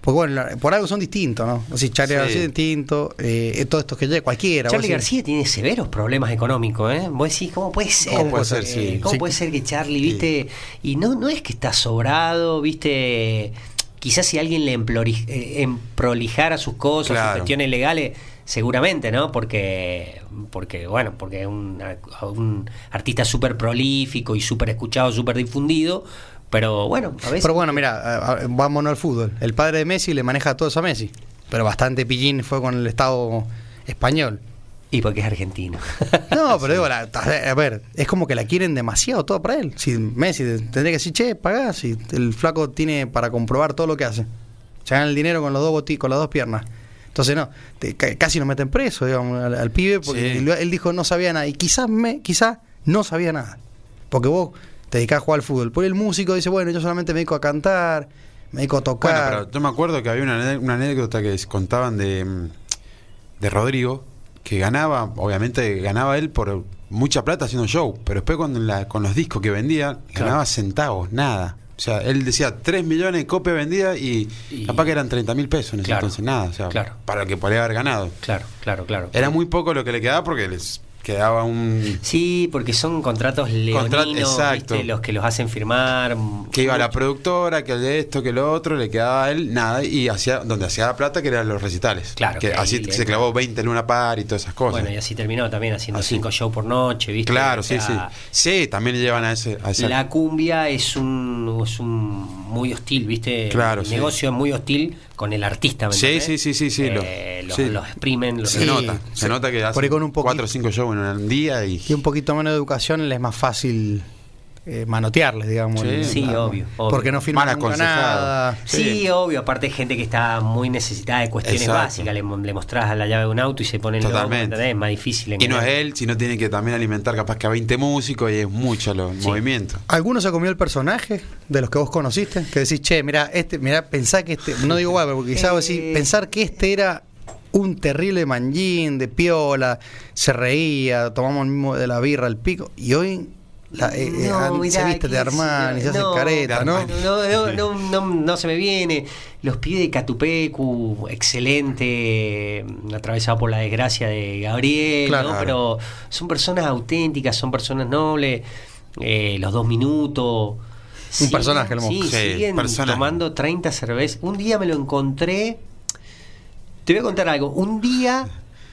B: porque bueno, la- por algo son distintos, ¿no? O sea, Charlie
D: Sí.
B: García es distinto, eh, todos estos que llega, cualquiera.
C: Charlie
B: vos decís,
C: García tiene severos problemas económicos, ¿eh? Vos decís, ¿cómo puede ser?
D: ¿Cómo puede ser, sí.
C: ¿Cómo
B: Sí.
C: puede ser que Charlie, viste? Y no, no es que está sobrado, viste. Quizás si alguien le emplori- eh, emprolijara sus cosas, sus
D: Claro.
C: cuestiones legales, seguramente, ¿no? Porque, porque bueno, porque es un, ar- un artista súper prolífico y súper escuchado, súper difundido. Pero bueno, a veces.
B: Pero bueno, mira, a- a- vámonos al fútbol. El padre de Messi le maneja a todos a Messi, pero bastante pillín fue con el Estado español.
C: Y porque es argentino.
B: No, pero digo, la- a ver, es como que la quieren demasiado todo para él. Si Messi te- tendría que decir, che, pagá, si el flaco tiene para comprobar todo lo que hace. Se gana el dinero con los dos boti, con las dos piernas. Entonces no, te- ca- casi nos meten preso, digamos, al, al pibe, porque
D: Sí.
B: él, él dijo no sabía nada. Y quizás me, quizás no sabía nada. Porque vos te dedicás a jugar al fútbol. Por ahí el músico dice, bueno, yo solamente me dedico a cantar, me dedico a
D: Bueno,
B: tocar.
D: pero yo me acuerdo que había una, ane- una anécdota que es- contaban de, mm, de Rodrigo, que ganaba, obviamente ganaba él por mucha plata haciendo show, pero después con, la- con los discos que vendía, ganaba centavos, nada. O sea, él decía 3 millones de copias vendidas y,
C: Y-
D: capaz que eran 30 mil pesos en ese
C: Claro,
D: entonces, nada. O sea,
C: claro.
D: para lo que podía haber ganado.
C: claro, claro, claro.
D: Era muy poco lo que le quedaba porque les quedaba un...
C: Sí, porque son contratos leoninos,
D: Contra- exacto.
C: ¿viste? los que los hacen firmar. mm,
D: Que iba a la productora, que el de esto, que lo otro, le quedaba a él nada y hacía donde hacía plata que eran los recitales.
C: Claro,
D: Que,
C: que ahí
D: así
C: le-
D: se clavó 20 en una par y todas esas cosas.
C: Bueno, y así terminó también haciendo
D: eh. Así.
C: cinco shows por noche, ¿viste?
D: Claro,
C: O
D: sí, sí.
C: sea,
D: Sí, también le llevan a ese. a ese-
C: La cumbia es un, es un muy hostil, ¿viste?
D: Claro,
C: el
D: sí.
C: negocio es muy hostil con el artista, ¿me
D: Sí,
C: entendés?
D: sí, sí, sí, sí,
C: Eh,
D: lo-
C: los,
D: sí.
C: los exprimen, los
D: se
B: Sí.
D: nota, se
B: Sí.
D: nota que
B: Por
D: hace
B: ahí con un poquito-
D: cuatro o cinco shows en un día y.
B: Y un poquito menos de educación les es más fácil eh, manotearles, digamos.
D: Sí.
B: el-
C: Sí, obvio, obvio.
B: Porque no firman
D: Mal
B: nunca
D: aconsejado.
B: nada.
C: Sí,
D: Sí.
C: obvio, aparte hay gente que está muy necesitada de cuestiones
D: Exacto.
C: básicas, le, le mostrás la llave de un auto y se ponen locos,
D: Totalmente.
C: ¿entendés? es más difícil.
D: Y no
C: engañar.
D: es él, sino tiene que también alimentar capaz que a 20 músicos y es mucho lo, el
C: Sí.
D: movimiento.
B: ¿Alguno se comió el personaje de los que vos conociste? Que decís, che, mirá, este, mirá, pensá que este, no digo igual, pero porque quizás vos
C: Eh.
B: decís, pensar que este era un terrible manjín de piola, se reía, tomamos el mismo de la birra al pico, y hoy la- eh, eh,
C: No,
B: an-
C: mirá,
B: se viste de
C: qué
B: Armani, se hace
C: no,
B: careta, ¿no?
C: No, no, no, no, no se me viene. Los pibes de Catupecu, excelente, mm, atravesado por la desgracia de Gabriel,
B: Claro.
C: ¿no? pero son personas auténticas, son personas nobles. eh, los dos minutos. siguen-
B: personaje, el
C: Sí,
B: Mosca.
D: Sí,
C: siguen
D: personaje.
C: tomando 30 cervezas. Un día me lo encontré. Te voy a contar algo. Un día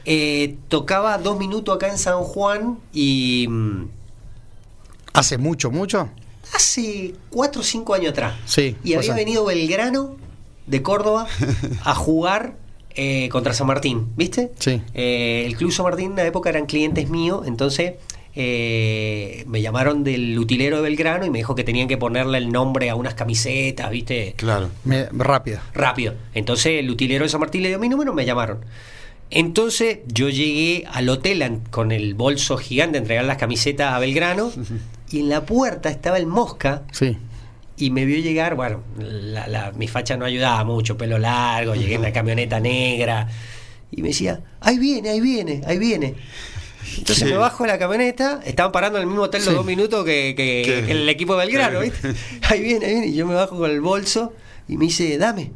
C: eh, tocaba dos minutos acá en San Juan y. mm,
B: ¿Hace mucho, mucho?
C: hace 4 o 5 años atrás.
B: Sí,
C: Y había
B: cosa.
C: venido Belgrano de Córdoba a jugar eh, contra San Martín, ¿viste?
B: Sí.
C: Eh, el Club San Martín en la época eran clientes míos, entonces eh, me llamaron del utilero de Belgrano y me dijo que tenían que ponerle el nombre a unas camisetas, ¿viste?
D: Claro.
B: Me- rápido.
C: rápido. Entonces el utilero de San Martín le dio mi número, me llamaron. Entonces yo llegué al hotel an- con el bolso gigante a entregar las camisetas a Belgrano y en la puerta estaba el Mosca
B: Sí.
C: y me vio llegar, bueno, la- la- mi facha no ayudaba mucho, pelo largo, llegué en la camioneta negra y me decía, ahí viene, ahí viene, ahí viene. Entonces
D: Sí.
C: me bajo de la camioneta, estaban parando en el mismo hotel los
B: Sí.
C: dos minutos que, que-
D: Que-
C: que el equipo de Belgrano,
D: que-
C: ¿viste? Ahí viene, ahí viene, y yo me bajo con el bolso y me dice, dame.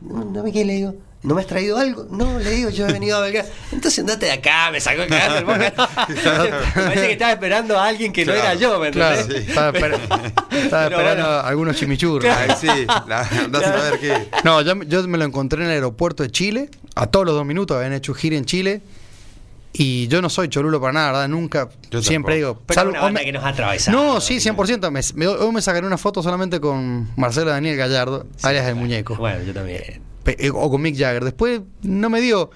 C: No, no me quedé, le digo. ¿No me has traído algo? No, le digo, yo he venido a Belgrano. Entonces andate de acá, me sacó el cagazo el Boca. Me parece que estaba esperando a alguien que no era
D: Claro,
C: yo, ¿me
B: Claro,
C: entendés?
B: estaba, esper- estaba
C: Pero
B: esperando
C: bueno.
B: algunos chimichurros.
D: Ahí sí, la, andás a ver qué.
B: No, yo, yo me lo encontré en el aeropuerto de Chile. A todos los dos minutos habían hecho gira en Chile. Y yo no soy cholulo para nada, ¿verdad? Nunca.
D: Yo
B: siempre
D: tampoco.
B: digo.
C: Pero
B: salvo-
C: una banda
B: o me-
C: que nos ha atravesado.
B: no, sí, 100%. Me, me, hoy me sacaré una foto solamente con Marcelo Daniel Gallardo, alias el muñeco.
C: Bueno, yo también.
B: Pe- eh, O con Mick Jagger. Después no me dio.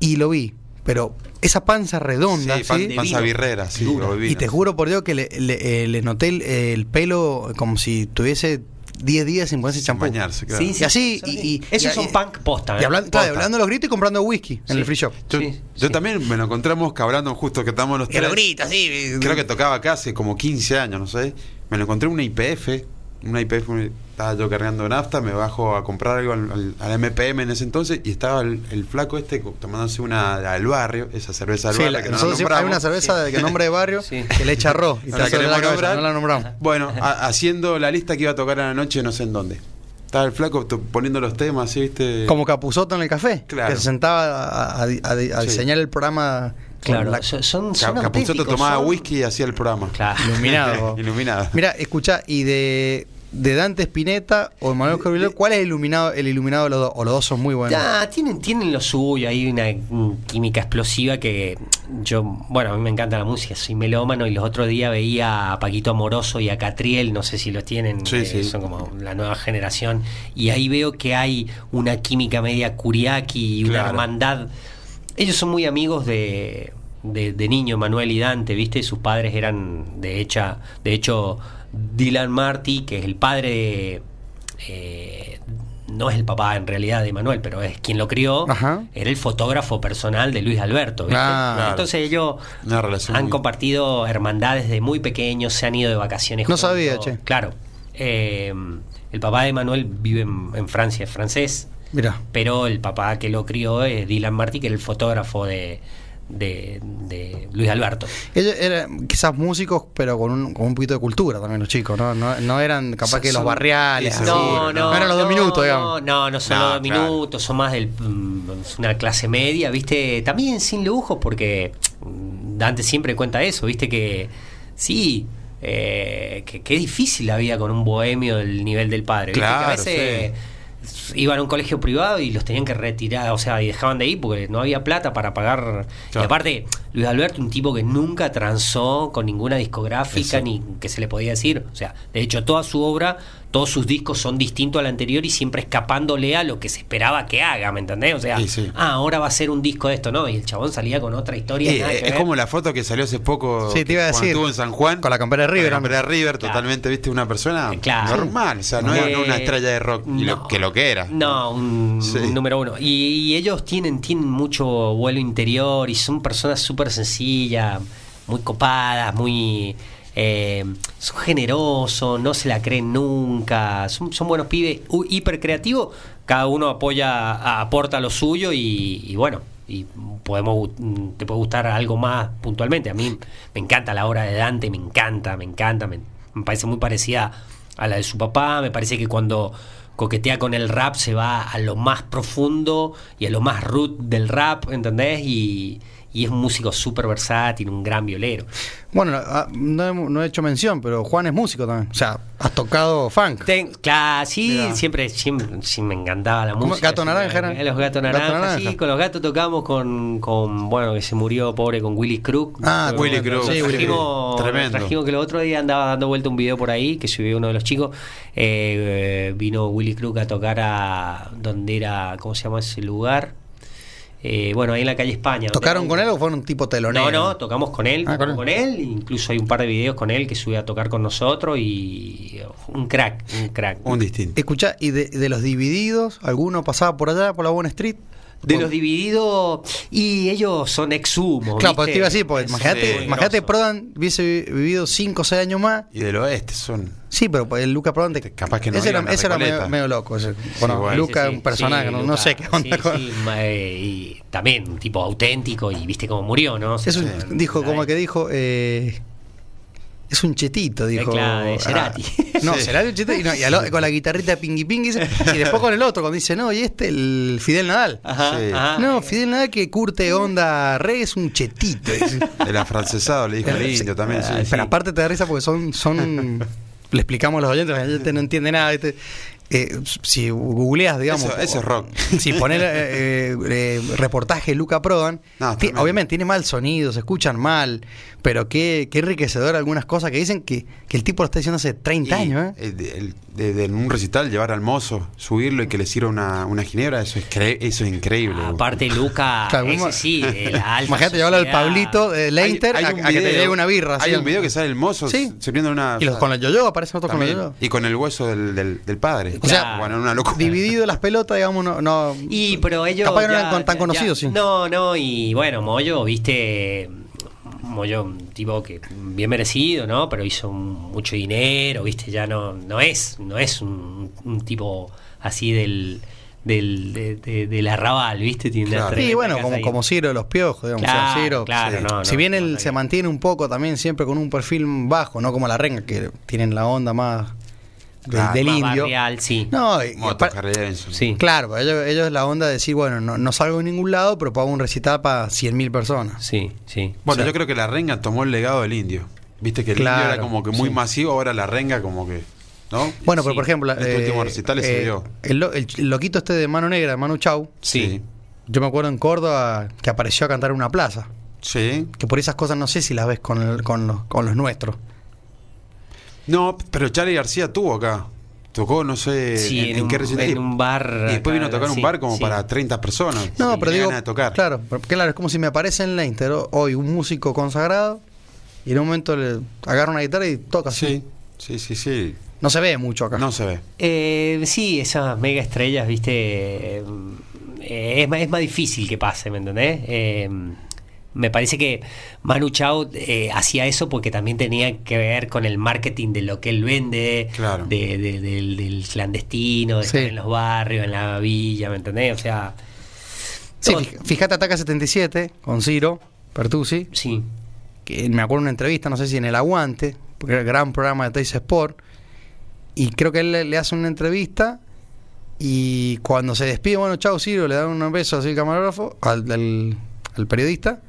B: Y lo vi. Pero esa panza redonda.
D: Sí, pan-
B: ¿sí?
D: panza
C: Divino.
D: birrera, sí,
C: Duro.
D: lo
B: Y te
D: divino.
B: juro por Dios que le, le- eh, le noté el, el pelo como si tuviese 10 días sin ponerse champú.
D: bañarse, claro.
B: Y así, y, y-
C: Esos
B: y-
C: son punk posta. ¿eh?
B: Y hablando, claro, hablando los gritos y comprando whisky en
C: Sí.
B: el free shop.
D: Yo,
C: Sí,
D: yo
C: sí.
D: también me lo encontramos que hablando justo que estamos los tres.
B: sí.
D: Creo que tocaba acá hace como 15 años, no sé. Me lo encontré en una IPF una IPF, estaba yo cargando nafta, me bajo a comprar algo al, al- al MPM en ese entonces y estaba el, el flaco este co- tomándose una al barrio, esa cerveza al
B: Sí,
D: barrio
B: la-
D: que no la
B: nosotros siempre hay
D: nombramos.
B: una cerveza de que nombre de barrio
C: Sí.
B: que le echa arroz y
D: No
B: te
D: la
B: la, querés en la
D: queremos
B: cabeza,
D: nombrar.
B: no la nombramos.
D: Bueno, a- haciendo la lista que iba a tocar a la noche, no sé en dónde. Estaba el flaco to- poniendo los temas, ¿sí, ¿viste?
B: Como Capuzoto en el café,
D: Claro.
B: que se sentaba a, a- a- a diseñar el programa con
C: Claro,
B: la-
C: son, son
D: Ca- Capuzoto
C: auténticos,
D: tomaba
C: son-
D: whisky y hacía el programa.
C: Claro.
B: iluminado.
D: Iluminado.
B: Mira, escucha, y de, de Dante Spinetta o de Manuel Escobiló, ¿cuál es el iluminado, el iluminado de los dos? O los dos son muy buenos.
C: Ya, tienen, tienen lo suyo, hay una mm, química explosiva que yo, bueno, a mí me encanta la música, soy melómano y los otros días veía a Paquito Amoroso y a Catriel, no sé si los tienen,
D: Sí,
C: eh,
D: sí.
C: son como la nueva generación, y ahí veo que hay una química media curiaki y una
D: Claro.
C: hermandad. Ellos son muy amigos de, de, de niño, Manuel y Dante, ¿viste? Sus padres eran, de, hecha, de hecho, Dylan Marty, que es el padre de... eh, no es el papá en realidad de Manuel, pero es quien lo crió,
B: Ajá.
C: era el fotógrafo personal de Luis Alberto. ¿viste?
B: Ah,
D: claro.
C: Entonces ellos
D: Una relación
C: han
D: muy-
C: compartido hermandades desde muy pequeños, se han ido de vacaciones.
B: No sabía, che.
C: Claro. Eh, el papá de Manuel vive en, en Francia, es francés,
B: Mira,
C: pero el papá que lo crió es Dylan Martí, que era el fotógrafo de, de- de Luis Alberto.
B: ellos eran quizás músicos, pero con un, con un poquito de cultura también los chicos, ¿no? No, no eran capaz
D: Son-
B: que los
D: son-
B: barriales.
D: sí,
B: así.
D: seguro, no.
B: eran los dos minutos, digamos.
C: No, no son
D: No,
C: los dos
D: claro.
C: minutos, son más del, mm, es una clase media, ¿viste? También sin lujos, porque mm, Dante siempre cuenta eso, ¿viste? Que sí, eh, que, que es difícil la vida con un bohemio del nivel del padre, ¿viste?
D: Claro,
C: que a veces iban a un colegio privado y los tenían que retirar, o sea, y dejaban de ir porque no había plata para pagar. Y
D: Claro.
C: aparte, Luis Alberto, un tipo que nunca transó con ninguna discográfica
D: Eso.
C: ni que se le podía decir. O sea, de hecho, toda su obra, todos sus discos son distintos al anterior y siempre escapándole a lo que se esperaba que haga, ¿me entendés? O sea,
D: Y sí.
C: ah, ahora va a ser un disco de esto, ¿no? Y el chabón salía con otra historia.
D: Eh,
C: nada que
D: eh, es
C: ver.
D: como la foto que salió hace poco
B: Sí, te iba a
D: cuando
B: decir.
D: estuvo en San Juan
B: Con la campera de River,
D: con la campera de
B: hombre.
D: River
C: Claro.
D: totalmente viste una persona
C: Eh, claro.
D: normal o sea no
C: Eh,
D: era una estrella de rock y lo,
C: no.
D: que lo que era
C: No, un,
D: Sí.
C: un número uno. Y, y ellos tienen, tienen mucho vuelo interior y son personas súper sencillas, muy copadas, muy... eh, son generosos, no se la creen nunca, son, son buenos pibes, u- hiper creativos, cada uno apoya, a- aporta lo suyo y, y bueno, y podemos gu- mm, te puede gustar algo más puntualmente. A mí me encanta la obra de Dante, me encanta, me encanta, me, me parece muy parecida a la de su papá. Me parece que cuando coquetea con el rap se va a lo más profundo y a lo más root del rap, ¿entendés? Y, y es un músico súper versátil, un gran violero.
B: Bueno, ah, no, hemos- no he hecho mención, pero Juan es músico también. O sea, has tocado funk.
C: Ten- claro, sí,
B: Mirá.
C: siempre, siempre sí me encantaba la
B: ¿Cómo?
C: música.
B: Gato
C: siempre
B: Naranja
C: me-
B: eran.
C: Los gatos
B: Gato
C: naranjas,
B: Naranja.
C: sí, con los gatos tocamos con, con, bueno, que se murió pobre con Willy Crook.
B: Ah,
D: Willy
B: tremendo.
D: Crook.
B: Sí, Willy Crook.
C: trajimos,
D: Tremendo.
C: trajimos que el otro día andaba dando vuelta un video por ahí que subió uno de los chicos. Eh, eh, vino Willy Crook a tocar a donde era, ¿cómo se llama ese lugar? Eh, bueno, ahí en la calle España. donde
B: ¿Tocaron
C: era
B: con
C: un-
B: él o fueron tipo
C: No,
B: telonero?
C: no, tocamos con él,
B: Ah,
C: tocamos
B: con
C: con él. Incluso hay un par de videos con él que sube a tocar con nosotros y un crack, un crack.
D: un distinto
B: Escuchá, ¿y de, de los divididos? ¿Alguno pasaba por allá, por la Buena Street?
C: De
B: Bueno,
C: los divididos, y ellos son exhumos.
B: Claro,
C: ¿viste?
B: porque te iba a decir, porque
C: Son
B: imagínate,
C: muy
B: imagínate
C: grosos.
B: Prodan hubiese vi- vivido 5 o 6 años más.
D: y del oeste son
B: Sí, pero pues, el Luca Prodan te-
D: Capaz que no
B: ese era,
D: iban a
B: ese era
D: Recoleta.
B: medio, medio loco. ese. Bueno,
D: bueno.
B: Luca
C: Sí,
B: es
C: sí,
B: un personaje,
C: sí,
B: no, no
C: Luca,
B: sé qué onda
C: sí,
B: con-
C: sí, ma- eh, y también un tipo auténtico y viste cómo murió, ¿no?
B: Es un, dijo, como que dijo, eh, es un chetito, dijo.
C: claro, de Cerati.
B: Ah, no,
D: Sí.
B: Cerati un chetito. Y, no, y al o- con la guitarrita pingui pingui. dice, Y después con el otro, cuando dice, no, y este, el Fidel Nadal.
C: Ajá,
D: Sí.
C: ajá.
B: No, Fidel Nadal que curte onda reggae es un chetito. dice.
D: el afrancesado le dijo el
B: Sí. Ah, eh,
D: indio también sí,
B: Pero
D: sí.
B: aparte te da risa porque son. son le explicamos a los oyentes, la gente no entiende nada. ¿viste? Eh, si googleas, digamos.
D: Eso- eso es rock.
B: Si pones eh, eh, eh, reportaje Luca Prodan,
D: No,
B: ti-
D: tremendo.
B: obviamente tiene mal sonido, se escuchan mal, pero qué, qué enriquecedor algunas cosas que dicen que, que el tipo lo está diciendo hace 30
D: Y
B: años. ¿eh?
D: el de- el- de- de- en un recital llevar al mozo subirlo y que le sirva una, una ginebra eso es cre- eso es increíble
C: Ah, Aparte, Luca,
B: Claro,
C: ese
B: mismo-
C: sí, de la alta.
B: Imagínate llevarlo al
C: sociedad.
B: Pablito de
D: Hay-
B: Leinter
D: hay
B: a,
D: un
B: a que te
D: video-
B: lleve una birra.
D: hay
B: así,
D: un video que sale el mozo
B: Sí.
D: sirviendo una
B: Y los con el yoyo, aparecen otros
D: También.
B: con el yoyo.
D: y con el hueso del, del- del padre
B: O sea,
D: bueno una locura
B: Dividido las pelotas, digamos, no. no-
C: Y pero ellos.
B: Capaz que no
C: ya-
B: eran con- tan
C: ya-
B: conocidos, sí.
C: No, no, y bueno, Moyo, viste. Moyo, un tipo que bien merecido, ¿no? Pero hizo un- mucho dinero, ¿viste? Ya no, no es, no es un, un tipo así del, del, de- de- del arrabal, ¿viste? Tiene una
D: Claro. Sí,
B: Sí,
C: tremenda
B: bueno,
C: casa
B: como,
C: ahí.
B: como Ciro de los Piojos, digamos. o sea,
C: Claro,
B: Ciro,
C: claro,
B: sí.
C: no, no,
B: si bien
C: no,
B: él
C: no,
B: se
C: no.
B: mantiene un poco también siempre con un perfil bajo, no como la renga, que tienen la onda más del,
D: Claro,
B: del
C: Más
B: indio.
C: barrial, sí.
B: No, y- y
D: Moto,
B: apar-
D: carrerenso.
C: Sí.
B: claro, pero ellos, ellos la onda de decir, bueno, no, no salgo en ningún lado, pero pago un recital para 100.000 personas.
C: Sí, sí.
B: O
D: Bueno,
B: sea-
D: yo creo que la renga tomó el legado del indio. Viste que el
B: Claro,
D: indio era como que muy masivo, ahora la renga como que. ¿No?
B: Bueno, pero
C: Sí,
B: por ejemplo, eh,
D: en este último recital se dio.
B: el, lo- el loquito este de Mano Negra, de Manu Chau,
C: Sí.
B: yo me acuerdo en Córdoba que apareció a cantar en una plaza.
D: Sí.
B: Que por esas cosas no sé si las ves con, el- con, los, con los nuestros.
D: No, pero Charlie García tuvo acá. Tocó, no sé
C: Sí,
D: Eh, en, en qué
C: un,
D: recital.
C: en un bar.
D: Y después vino a tocar en
C: sí,
D: un bar como
C: sí.
D: para 30 personas.
B: No, pero
D: Sí, tenía
B: digo,
D: ganas de tocar.
B: claro, pero claro, es como si me aparece en Leinster o- hoy un músico consagrado y en un momento le agarra una guitarra y toca así.
D: Sí, sí, sí, sí.
B: No se ve mucho acá.
D: No se ve.
C: Eh, sí, esas mega estrellas, viste. eh, eh, es, más, es más difícil que pase, ¿me entendés? Eh, me parece que Manu Chao eh, hacía eso porque también tenía que ver con el marketing de lo que él vende,
D: Claro.
C: de- de- del, del clandestino, de
B: Sí.
C: estar en los barrios, en la villa, ¿me entendés? O sea,
B: sí,
C: todo-
B: fij- fíjate Ataca 77 con Ciro Pertusi,
C: sí,
B: que me acuerdo una entrevista, no sé si en El Aguante, porque era el gran programa de Tays Sport, y creo que él le, le hace una entrevista y cuando se despide, bueno, chao Ciro, le dan un beso así al camarógrafo, al, al- al periodista,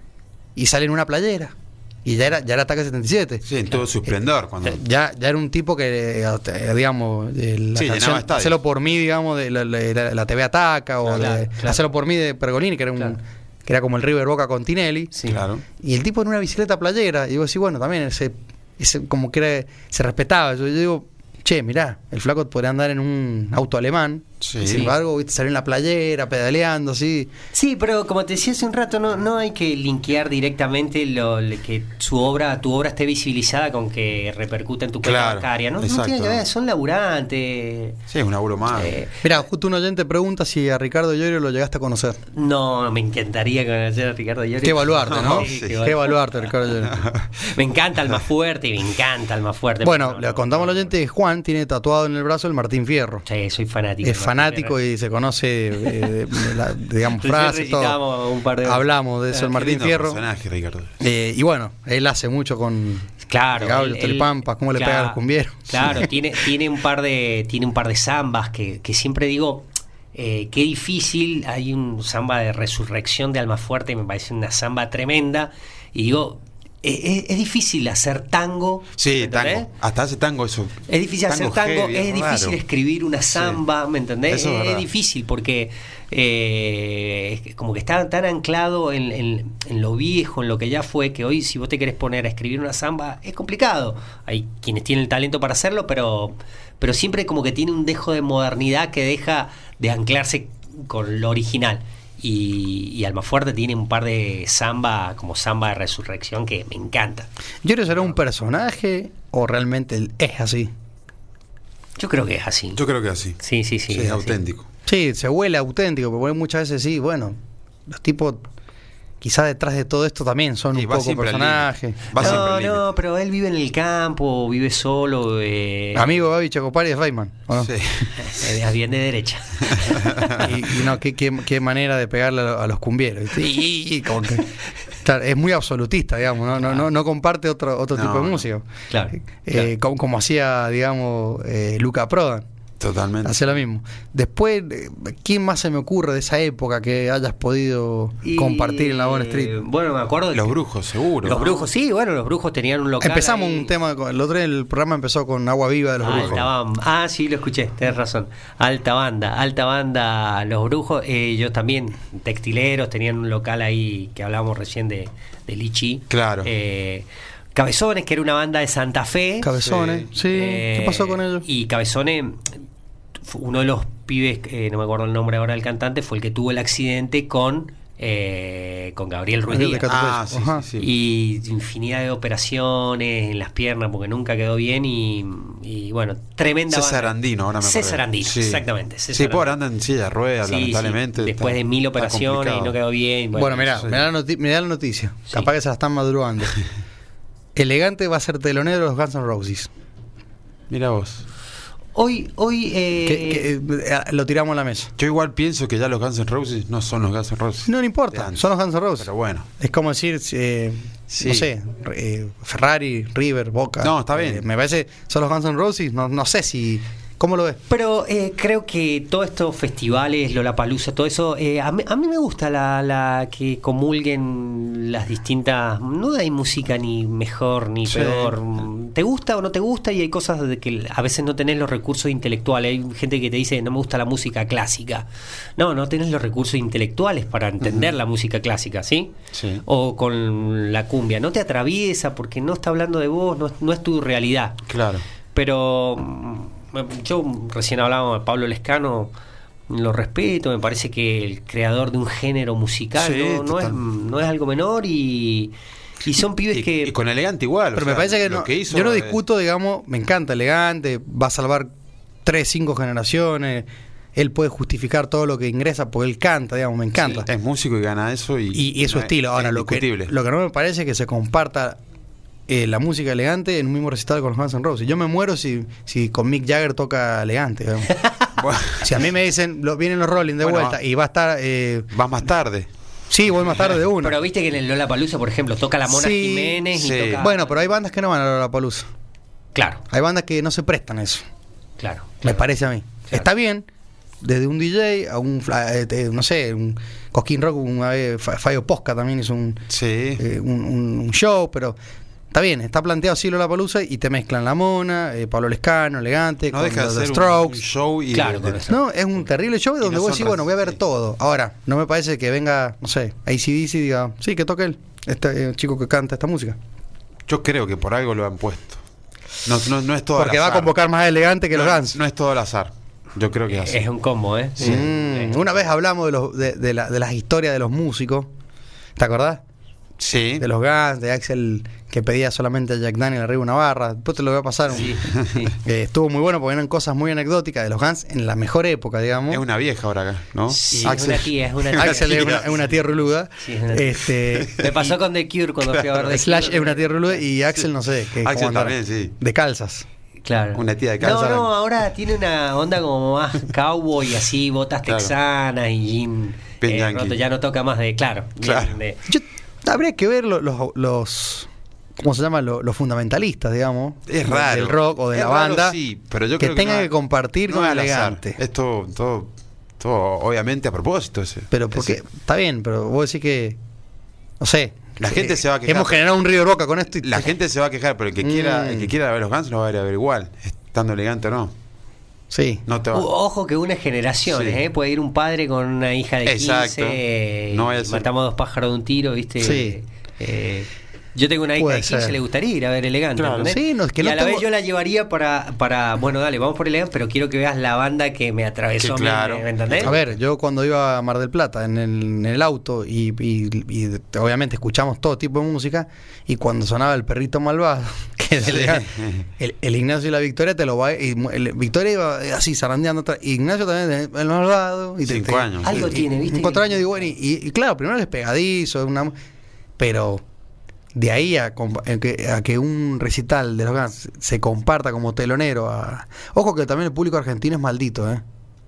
B: y sale en una playera. Y ya era, ya era Ataca 77.
D: Sí, en todo su esplendor. Cuando...
B: Ya- Ya, ya era un tipo que, eh, te- digamos, eh, la
D: Sí, llenaba
B: canción
D: estadios.
B: Hacelo por mí, digamos, de la, la- la- la TV Ataca o
C: Claro,
B: de
C: claro.
B: Hacelo por mí de Pergolini, que era, un,
C: Claro.
B: que era como el River Boca con Tinelli.
C: sí.
D: Claro.
B: Y el tipo en una bicicleta playera. Y digo, sí, bueno, también ese, ese como que era- se respetaba. Yo, yo digo, che, mirá, el flaco podría andar en un auto alemán.
D: Sí.
B: Sin embargo, viste, salió en la playera, pedaleando, así.
C: Sí, pero como te decía hace un rato, no, no hay que linkear directamente lo, le- que su obra, tu obra esté visibilizada con que repercuta en tu cuenta
D: Claro,
C: bancaria. No, No
D: exacto. Ah.
C: tiene que ver, son laburantes.
D: Sí, es un auro más.
C: Eh,
B: Mirá, justo un oyente pregunta si a Ricardo Llorio lo llegaste a conocer.
C: no, me encantaría conocer a Ricardo Llorio.
B: Qué evaluarte, ¿no?
C: Sí,
B: Qué
C: qué evalu-
B: evaluarte, Ricardo Llorio.
C: Me encanta el más fuerte, me encanta el más fuerte.
B: Bueno,
C: No,
B: le
C: no,
B: contamos al
C: no,
B: oyente que Juan tiene tatuado en el brazo el Martín Fierro.
C: Sí, soy fanático.
B: Es fanático y se conoce, eh, de- de la- digamos,
C: Recién
B: frases, todo.
C: recitamos un par de-
B: Hablamos de eso, el
D: Qué
B: Martín
D: lindo
B: Fierro.
D: personaje, Ricardo.
B: Eh, y bueno, él hace mucho con
C: Claro.
B: Gabriel
C: él- él-
B: Telpampa, cómo le
C: claro,
B: pega a los cumbieros.
C: Claro, tiene, tiene un par de, tiene un par de zambas que, que siempre digo, eh, qué difícil, hay un samba de resurrección de Almafuerte, me parece una samba tremenda, y digo, eh, eh, es, difícil hacer tango.
D: Sí,
C: ¿me entendés?
D: tango. Hasta hace tango eso.
C: Es difícil hacer tango,
D: heavy,
C: es difícil
D: raro.
C: escribir una samba, ¿me entendés?
D: Eso es
C: es,
D: verdad.
C: difícil porque eh, es que como que está tan anclado en, en- en lo viejo, en lo que ya fue, que hoy si vos te querés poner a escribir una samba es complicado. Hay quienes tienen el talento para hacerlo, pero, pero siempre como que tiene un dejo de modernidad que deja de anclarse con lo original. Y, y Almafuerte tiene un par de samba, como samba de resurrección, que me encanta.
B: ¿Llorio será un personaje o realmente él es así?
C: Yo creo que es así.
D: Yo creo que así.
C: sí, sí, sí.
D: Sí,
C: es así.
D: es auténtico.
B: Sí, se huele auténtico, pero bueno, muchas veces sí, bueno, los tipos quizás detrás de todo esto también son
D: Sí,
B: un
D: va
B: poco
D: siempre al límite.
B: personajes.
D: Va siempre
C: no,
D: al límite.
C: no, pero él vive en el campo, vive solo. Eh,
B: Amigo Babi Chacopari es Feynman, ¿o no?
D: Sí.
C: eh, de- bien de derecha.
B: y, y no, qué, qué- qué manera de pegarle a, lo- a los cumbieros. ¿viste? Y- y- y como que- claro, es muy absolutista, digamos, no, no, no, no comparte otro, otro
D: No,
B: tipo de
D: no.
B: música.
C: Claro,
B: Eh,
C: claro.
B: Como, como hacía, digamos, eh, Luca Prodan.
D: Totalmente.
B: Hacía lo mismo. Después, eh, ¿quién más se me ocurre de esa época que hayas podido
C: Y,
B: eh, compartir en la Bonne
C: eh,
B: Street?
C: Bueno, me acuerdo.
D: Los
C: que-
D: brujos, seguro.
C: Los
D: ¿no?
C: brujos, sí, bueno, los brujos tenían un local.
B: Empezamos
C: ahí.
B: un tema, con- el otro día el programa empezó con Agua Viva de los
C: Ah,
B: Brujos.
C: alta bam- Ah, sí, lo escuché, tenés razón. Alta banda, alta banda, los brujos, eh, ellos también, textileros, tenían un local ahí que hablábamos recién de, de Lichi.
D: Claro.
C: Eh, Cabezones, que era una banda de Santa Fe.
B: Cabezones, sí.
D: Sí.
B: ¿Qué
C: Eh,
B: pasó con ellos?
C: Y Cabezones, fue uno de los pibes, eh, no me acuerdo el nombre ahora del cantante, fue el que tuvo el accidente con eh, con Gabriel Ruiz
B: Gabriel de
C: Díaz.
D: Ah, sí,
B: Ajá.
D: sí, sí.
C: Y infinidad de operaciones en las piernas porque nunca quedó bien y, y, bueno, tremenda
D: César
C: banda.
D: Andino, ahora me acuerdo.
C: César Andino,
D: Sí.
C: exactamente. César
D: sí,
C: Andino.
D: pobre, anda en silla de ruedas,
C: Sí,
D: lamentablemente.
C: sí, Después
D: está-
C: de mil
D: está
C: operaciones y
D: complicado.
C: no quedó bien.
B: Bueno, mirá,
D: sí.
B: me da la, noti- me da la noticia.
C: Sí.
B: Capaz que se la están madrugando. Elegante va a ser telonero de los Guns N' Roses.
D: Mira vos.
C: Hoy, hoy. eh,
B: Que- que, eh, eh, lo tiramos a la mesa.
D: Yo igual pienso que ya los Guns N' Roses no son los Guns N' Roses.
B: No, no importa,
D: Bien.
B: son los Guns N' Roses.
D: Pero bueno.
B: Es como decir, eh,
D: Sí.
B: no sé, eh, Ferrari, River, Boca.
D: No, está bien.
B: Eh, me parece, son los Guns N' Roses, no, no sé si... ¿Cómo lo ves?
C: Pero eh, creo que todos estos festivales, Lollapalooza, todo eso, eh, a, mí, a mí me gusta la, la que comulguen las distintas... No hay música ni mejor ni
D: Sí.
C: peor. ¿Te gusta o no te gusta? Y hay cosas de que a veces no tenés los recursos intelectuales. Hay gente que te dice, no me gusta la música clásica. No, no tenés los recursos intelectuales para entender la música clásica, ¿sí?
D: Sí.
C: O con la cumbia. No te atraviesa porque no está hablando de vos, no es- no es tu realidad.
D: Claro.
C: Pero mm, yo recién hablaba de Pablo Lescano, lo respeto, me parece que el creador de un género musical
D: Sí,
C: no, no es,
D: total.
C: no es algo menor y, y son pibes
D: Y,
C: que...
D: y con Elegante igual. o
B: Pero
D: sea,
B: me parece que,
D: lo
B: no,
D: hizo
B: yo no
D: es-
B: discuto, digamos, me encanta, elegante, va a salvar tres, cinco generaciones, él puede justificar todo lo que ingresa porque él canta, digamos, me encanta.
D: Es músico y gana eso. Y,
B: y, y es su
D: no,
B: estilo. Ahora,
D: es
B: lo que,
D: indiscutible.
B: lo que no me parece es que se comparta eh, la música elegante en un mismo recital con los Guns N' Roses. Yo me muero si, si con Mick Jagger toca elegante. digamos.
D: Bueno,
B: si a mí me dicen, lo, vienen los Rolling de
D: Bueno,
B: vuelta
D: va-
B: y va a estar. eh,
D: Vas más tarde.
B: sí, voy más tarde de uno.
C: Pero viste que en el Lola Palusa, por ejemplo, toca la Mona
B: Sí,
C: Jiménez
D: sí.
C: y toca...
B: bueno, pero hay bandas que no van a la palusa.
C: Claro,
B: Hay bandas que no se prestan a eso.
C: claro.
B: Me parece a mí.
C: Claro.
B: Está bien, desde un DJ a un, fla- eh, te- no sé, un Cosquín Rock, una vez Fa- Fabio Posca también hizo un,
D: Sí.
B: eh, un, un- un show, pero está bien, está planteado así la palusa y te mezclan la mona, eh, Pablo Lescano, elegante,
D: no
B: con
D: deja de
B: los
D: ser un-
B: Strokes.
D: un show y.
C: Claro,
D: de-
C: con
D: de-
C: eso.
B: no, es un terrible show donde
D: no
B: vos
D: son
B: decís, bueno, voy a ver
D: racistas.
B: todo. Ahora, no me parece que venga, no sé, ACDC y diga, sí, que toque él, este eh, chico que canta esta música.
D: Yo creo que por algo lo han puesto. No, no, no es todo
B: Porque
D: al
B: va a
D: azar.
B: convocar más elegante que
D: no,
B: los Guns.
D: No es todo al azar. Yo creo que es así.
C: Es un combo, ¿eh?
B: Mm,
C: Eh,
B: Una vez hablamos de, los, de, de la- de las historias de los músicos, ¿te acordás?
D: Sí.
B: De los Guns, de Axel que pedía solamente a Jack Daniel arriba una barra. Después te lo voy a pasar. un-
C: Sí, sí.
B: Eh, estuvo muy bueno porque eran cosas muy anecdóticas de los Guns en la mejor época, digamos.
D: Es una vieja ahora acá, ¿no?
C: Sí, es
B: Axel-
C: una tía, es una tía.
B: Axel es una, es una tía ruluda.
C: Sí, es una tía.
B: Este,
C: Me pasó con The Cure cuando fui a ver The
B: Slash
C: Cure.
B: es una tía ruluda y Axel no sé. que
D: Axel
B: cómo andará.
D: también, sí.
B: De calzas.
C: Claro.
D: Una tía de
C: No, no,
D: calza blanca.
C: ahora tiene una onda como más cowboy, así, botas
D: Claro.
C: texanas y jean.
D: Bien
C: eh,
D: yankee.
C: roto, ya no toca más de, claro. bien
D: Claro.
C: de-
B: Yo, habría que ver lo- los, los- ¿Cómo se llama? Lo- Los, fundamentalistas, digamos.
D: Es raro.
B: Del rock o de
D: Es
B: la
D: raro,
B: banda.
D: sí, pero yo
B: que
D: creo
B: tenga
D: no
B: que
D: es-
B: compartir
D: no
B: con
D: es al azar.
B: elegante.
D: Es todo, todo, todo, obviamente a propósito. Ese,
B: Pero porque.
D: ese.
B: Está bien, pero vos decís que. No sé.
D: La
B: que-
D: gente se va a quejar.
B: Hemos generado un río de boca con esto y
D: La gente se va a quejar, pero el que quiera, el que
B: Mm.
D: quiera ver los Guns lo va a ir a ver igual, estando elegante o no.
B: Sí.
D: No te va.
C: U- Ojo que una generación,
D: Sí.
C: ¿eh? Puede ir un padre con una hija de
D: Exacto.
C: 15. eh,
D: No vaya a
C: y
D: ser-
C: matamos dos pájaros de un tiro, ¿viste?
B: Sí.
C: Eh, yo tengo una hija
B: Puede
C: de 15,
B: ser.
C: le gustaría ir a ver elegante.
D: Claro.
C: ¿entendés?
B: Sí, no, es que
C: y
B: no
C: a la vez
B: tengo-
C: yo la llevaría para, para, bueno, dale, vamos por elegante, pero quiero que veas la banda que me atravesó. a mí,
D: claro.
C: ¿Me entendés?
B: A ver, yo cuando iba a Mar del Plata en el, en el auto y, y- y obviamente escuchamos todo tipo de música y cuando sonaba el perrito malvado, que es el, el- el Ignacio y la Victoria te lo va y mu- el- Victoria iba así zarandeando atrás, y Ignacio también el malvado y te-
D: Cinco
B: te-
D: años.
C: Algo
B: y-
C: tiene, ¿viste?
B: Un cuatro años digo, bueno, y, y- y claro, primero es pegadizo, una- pero de ahí a, compa- a que, a que un recital de los Guns se comparta como telonero a... Ojo que también el público argentino es maldito, ¿eh?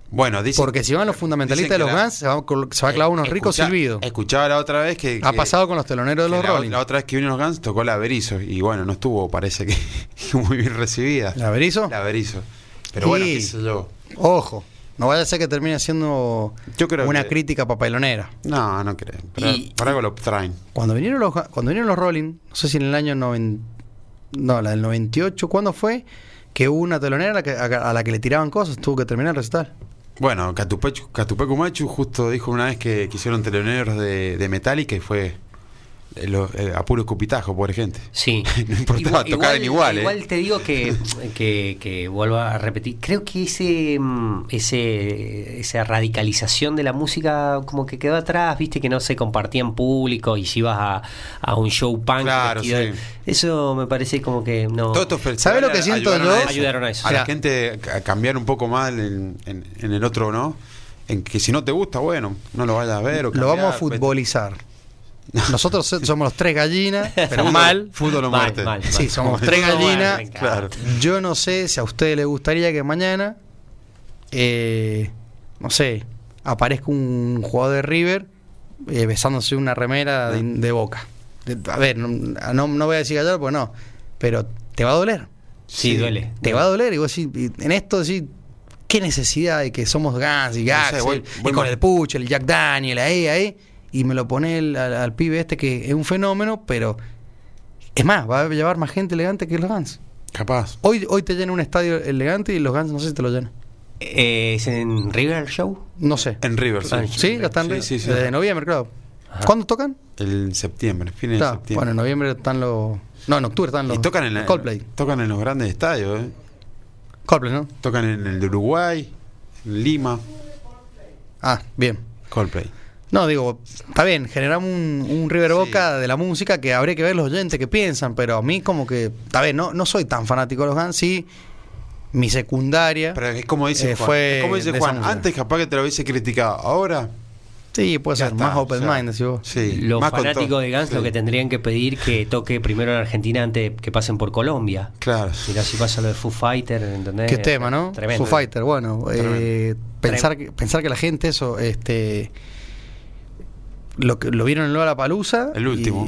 D: Bueno, dice.
B: Porque si van los fundamentalistas de
D: dicen que
B: los
D: la-
B: Guns, se va, a col- se va a clavar unos ricos silbidos.
D: Escuchaba la otra vez que.
B: Ha
D: que-
B: pasado con los teloneros de
D: que
B: los
D: la,
B: Rolling.
D: la otra vez que vino los Guns tocó la Berizo y bueno, no estuvo, parece que muy bien recibida.
B: ¿La Berizo?
D: La Berizo. Pero
B: Sí.
D: bueno, qué sé yo.
B: Ojo, no vaya a ser que termine siendo
D: Yo creo
B: una
D: que-
B: crítica papelonera.
D: No, no creo. Pero
C: Y-
D: por algo lo traen.
B: Cuando vinieron los Ga- cuando vinieron los Rolling, no sé si en el año 90, no, la del 98, ¿cuándo fue? Que hubo una telonera a la que, a- a la que le tiraban cosas, tuvo que terminar el recital.
D: Bueno, Catupecu Machu justo dijo una vez que, que hicieron teloneros de, de Metallica y fue eh, lo- eh, a puro escupitajo, pobre gente.
C: Sí.
D: No importaba, tocaban igual, ¿eh?
C: Igual te digo que, que, que vuelvo a repetir. Creo que ese, mm, ese esa radicalización de la música como que quedó atrás, viste, que no se compartía en público y si ibas a, a un show punk.
D: Claro,
C: vestido de-
D: sí.
C: Eso me parece como que no.
D: Todos estos festivales
B: lo que siento
D: ayudaron a
B: yo?
D: eso,
C: Ayudaron a eso.
D: A
B: O sea,
D: la gente a cambiar un poco más en, en- en el otro, ¿no? En que si no te gusta, bueno, no lo vayas a ver. o
B: Lo vamos a
D: cambiar, pues,
B: futbolizar. Nosotros so- somos los tres gallinas, pero
D: Fútbol-
B: mal.
D: Fútbol o
C: Mal,
D: muerte.
C: mal.
B: Sí, somos tres
C: Bueno,
B: gallinas.
C: venga.
D: Claro.
B: Yo no sé si a ustedes les gustaría que mañana, eh, no sé, aparezca un jugador de River eh, besándose una remera de, de boca. De- A ver, no, no- no voy a decir gallardo porque no, pero te va a doler.
C: Sí, duele.
B: Te va a doler. Y vos decís, y en esto decís, ¿qué necesidad de que somos Gans y Gax?
D: voy-
B: y
D: voy
B: con
D: más-
B: el Pucho, el Jack Daniel, ahí, ahí. Y me lo pone el- al, al pibe este que es un fenómeno, pero es más, va a llevar más gente elegante que los Gans.
D: Capaz.
B: Hoy, hoy te llena un estadio elegante y los Gans no sé si te lo llenan.
C: Eh, ¿Es en River Show?
B: No sé.
D: En River, sí.
C: Ah,
B: ¿Sí? ¿Lo están?
D: Sí, sí, sí.
B: Desde noviembre, claro.
C: Ajá.
B: ¿Cuándo tocan?
D: En septiembre, fines de
B: Claro,
D: septiembre.
B: Bueno, en noviembre están los. No, en octubre están los.
D: y tocan en, la-
B: Coldplay.
D: tocan en los grandes estadios, ¿eh?
B: Coldplay, ¿no?
D: Tocan en el de Uruguay, en Lima,
B: Ah, bien.
D: Coldplay.
B: No, digo, está bien, generamos un, un River
D: Sí.
B: Boca de la música que habría que ver los oyentes que piensan, pero a mí como que, está bien, no, no soy tan fanático de los Guns, sí, mi secundaria,
D: Pero es como dice
B: Eh,
D: Juan,
B: fue
D: es como dice
B: de
D: Juan,
B: esa música.
D: antes capaz que te lo hubiese criticado, ahora
B: sí, puede
D: ya
B: ser,
D: está,
B: más open
D: o sea,
B: mind, decís vos.
D: Sí,
C: Los
D: más con todo.
C: fanáticos de Gans
D: Sí.
C: lo que tendrían que pedir que toque primero en Argentina antes de que pasen por Colombia.
D: Claro.
C: Mirá si pasa lo de Foo Fighter, ¿entendés?
B: Qué tema, ¿no?
C: Tremendo.
B: Foo Fighter, bueno, eh, pensar, que, pensar que la gente eso, este, lo, que- lo vieron en Lola Palusa.
D: El último.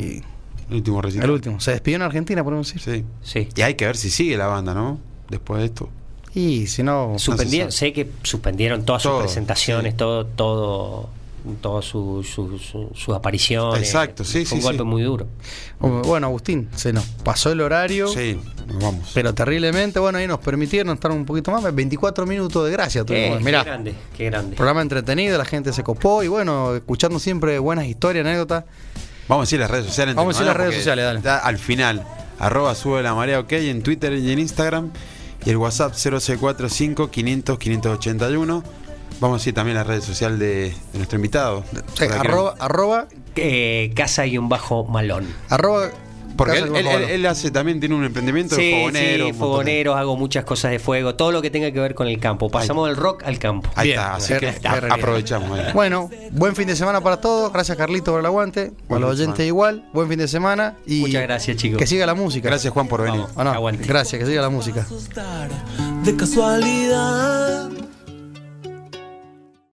D: El último recital.
B: el último, se despidió en Argentina, podemos decir.
D: Sí.
C: Sí.
D: Y hay que ver si sigue la banda, ¿no? Después de esto.
B: Y si no...
C: Suspendieron,
D: No se
C: sé que suspendieron todas
D: Todo,
C: sus presentaciones,
D: sí.
C: todo, todo, todas sus sus- sus- sus apariciones.
D: Exacto, sí,
C: Fue
D: sí,
C: un golpe
D: sí.
C: muy duro.
B: Bueno, Agustín, se nos pasó el horario.
D: Sí, nos vamos.
B: Pero terriblemente, bueno, ahí nos permitieron estar un poquito más. 24 minutos de gracia tuvimos.
C: Eh, Qué
B: Mirá,
C: grande, qué grande.
B: programa entretenido, la gente se copó y bueno, escuchando siempre buenas historias, anécdotas.
D: Vamos a decir las redes sociales.
B: Vamos a decir las
D: Porque
B: redes sociales, dale.
D: está al final, arroba sube la marea, ok, en Twitter y en Instagram. Y el WhatsApp 0645 500 581. Vamos a decir también las redes sociales de, de nuestro invitado.
B: O sea,
D: Para que-
B: arroba, arroba,
C: Eh, casa y un bajo malón.
B: arroba.
D: Porque
B: Casa
D: él,
B: con
D: él-
B: Jolo.
D: él- él hace también, tiene un emprendimiento de fogonero.
C: sí,
D: un montón de-
C: fogoneros, hago muchas cosas de fuego, todo lo que tenga que ver con el campo. Pasamos del rock al campo.
D: Ahí
B: Bien,
D: está, así
B: qué-
D: que
B: qué
D: a-
B: realidad.
D: aprovechamos. eh. ahí.
B: Bueno, buen fin de semana para todos. Gracias, Carlito, por el aguante. a
D: Buen
B: los
D: fin de
B: oyentes
D: semana.
B: igual. Buen fin de semana. y
C: Muchas gracias, chicos.
B: Que siga la música.
D: Gracias, Juan, por venir.
C: Vamos.
B: ¿O no?
C: Aguante.
B: Gracias, que siga la música.
A: Pasos dar de casualidad.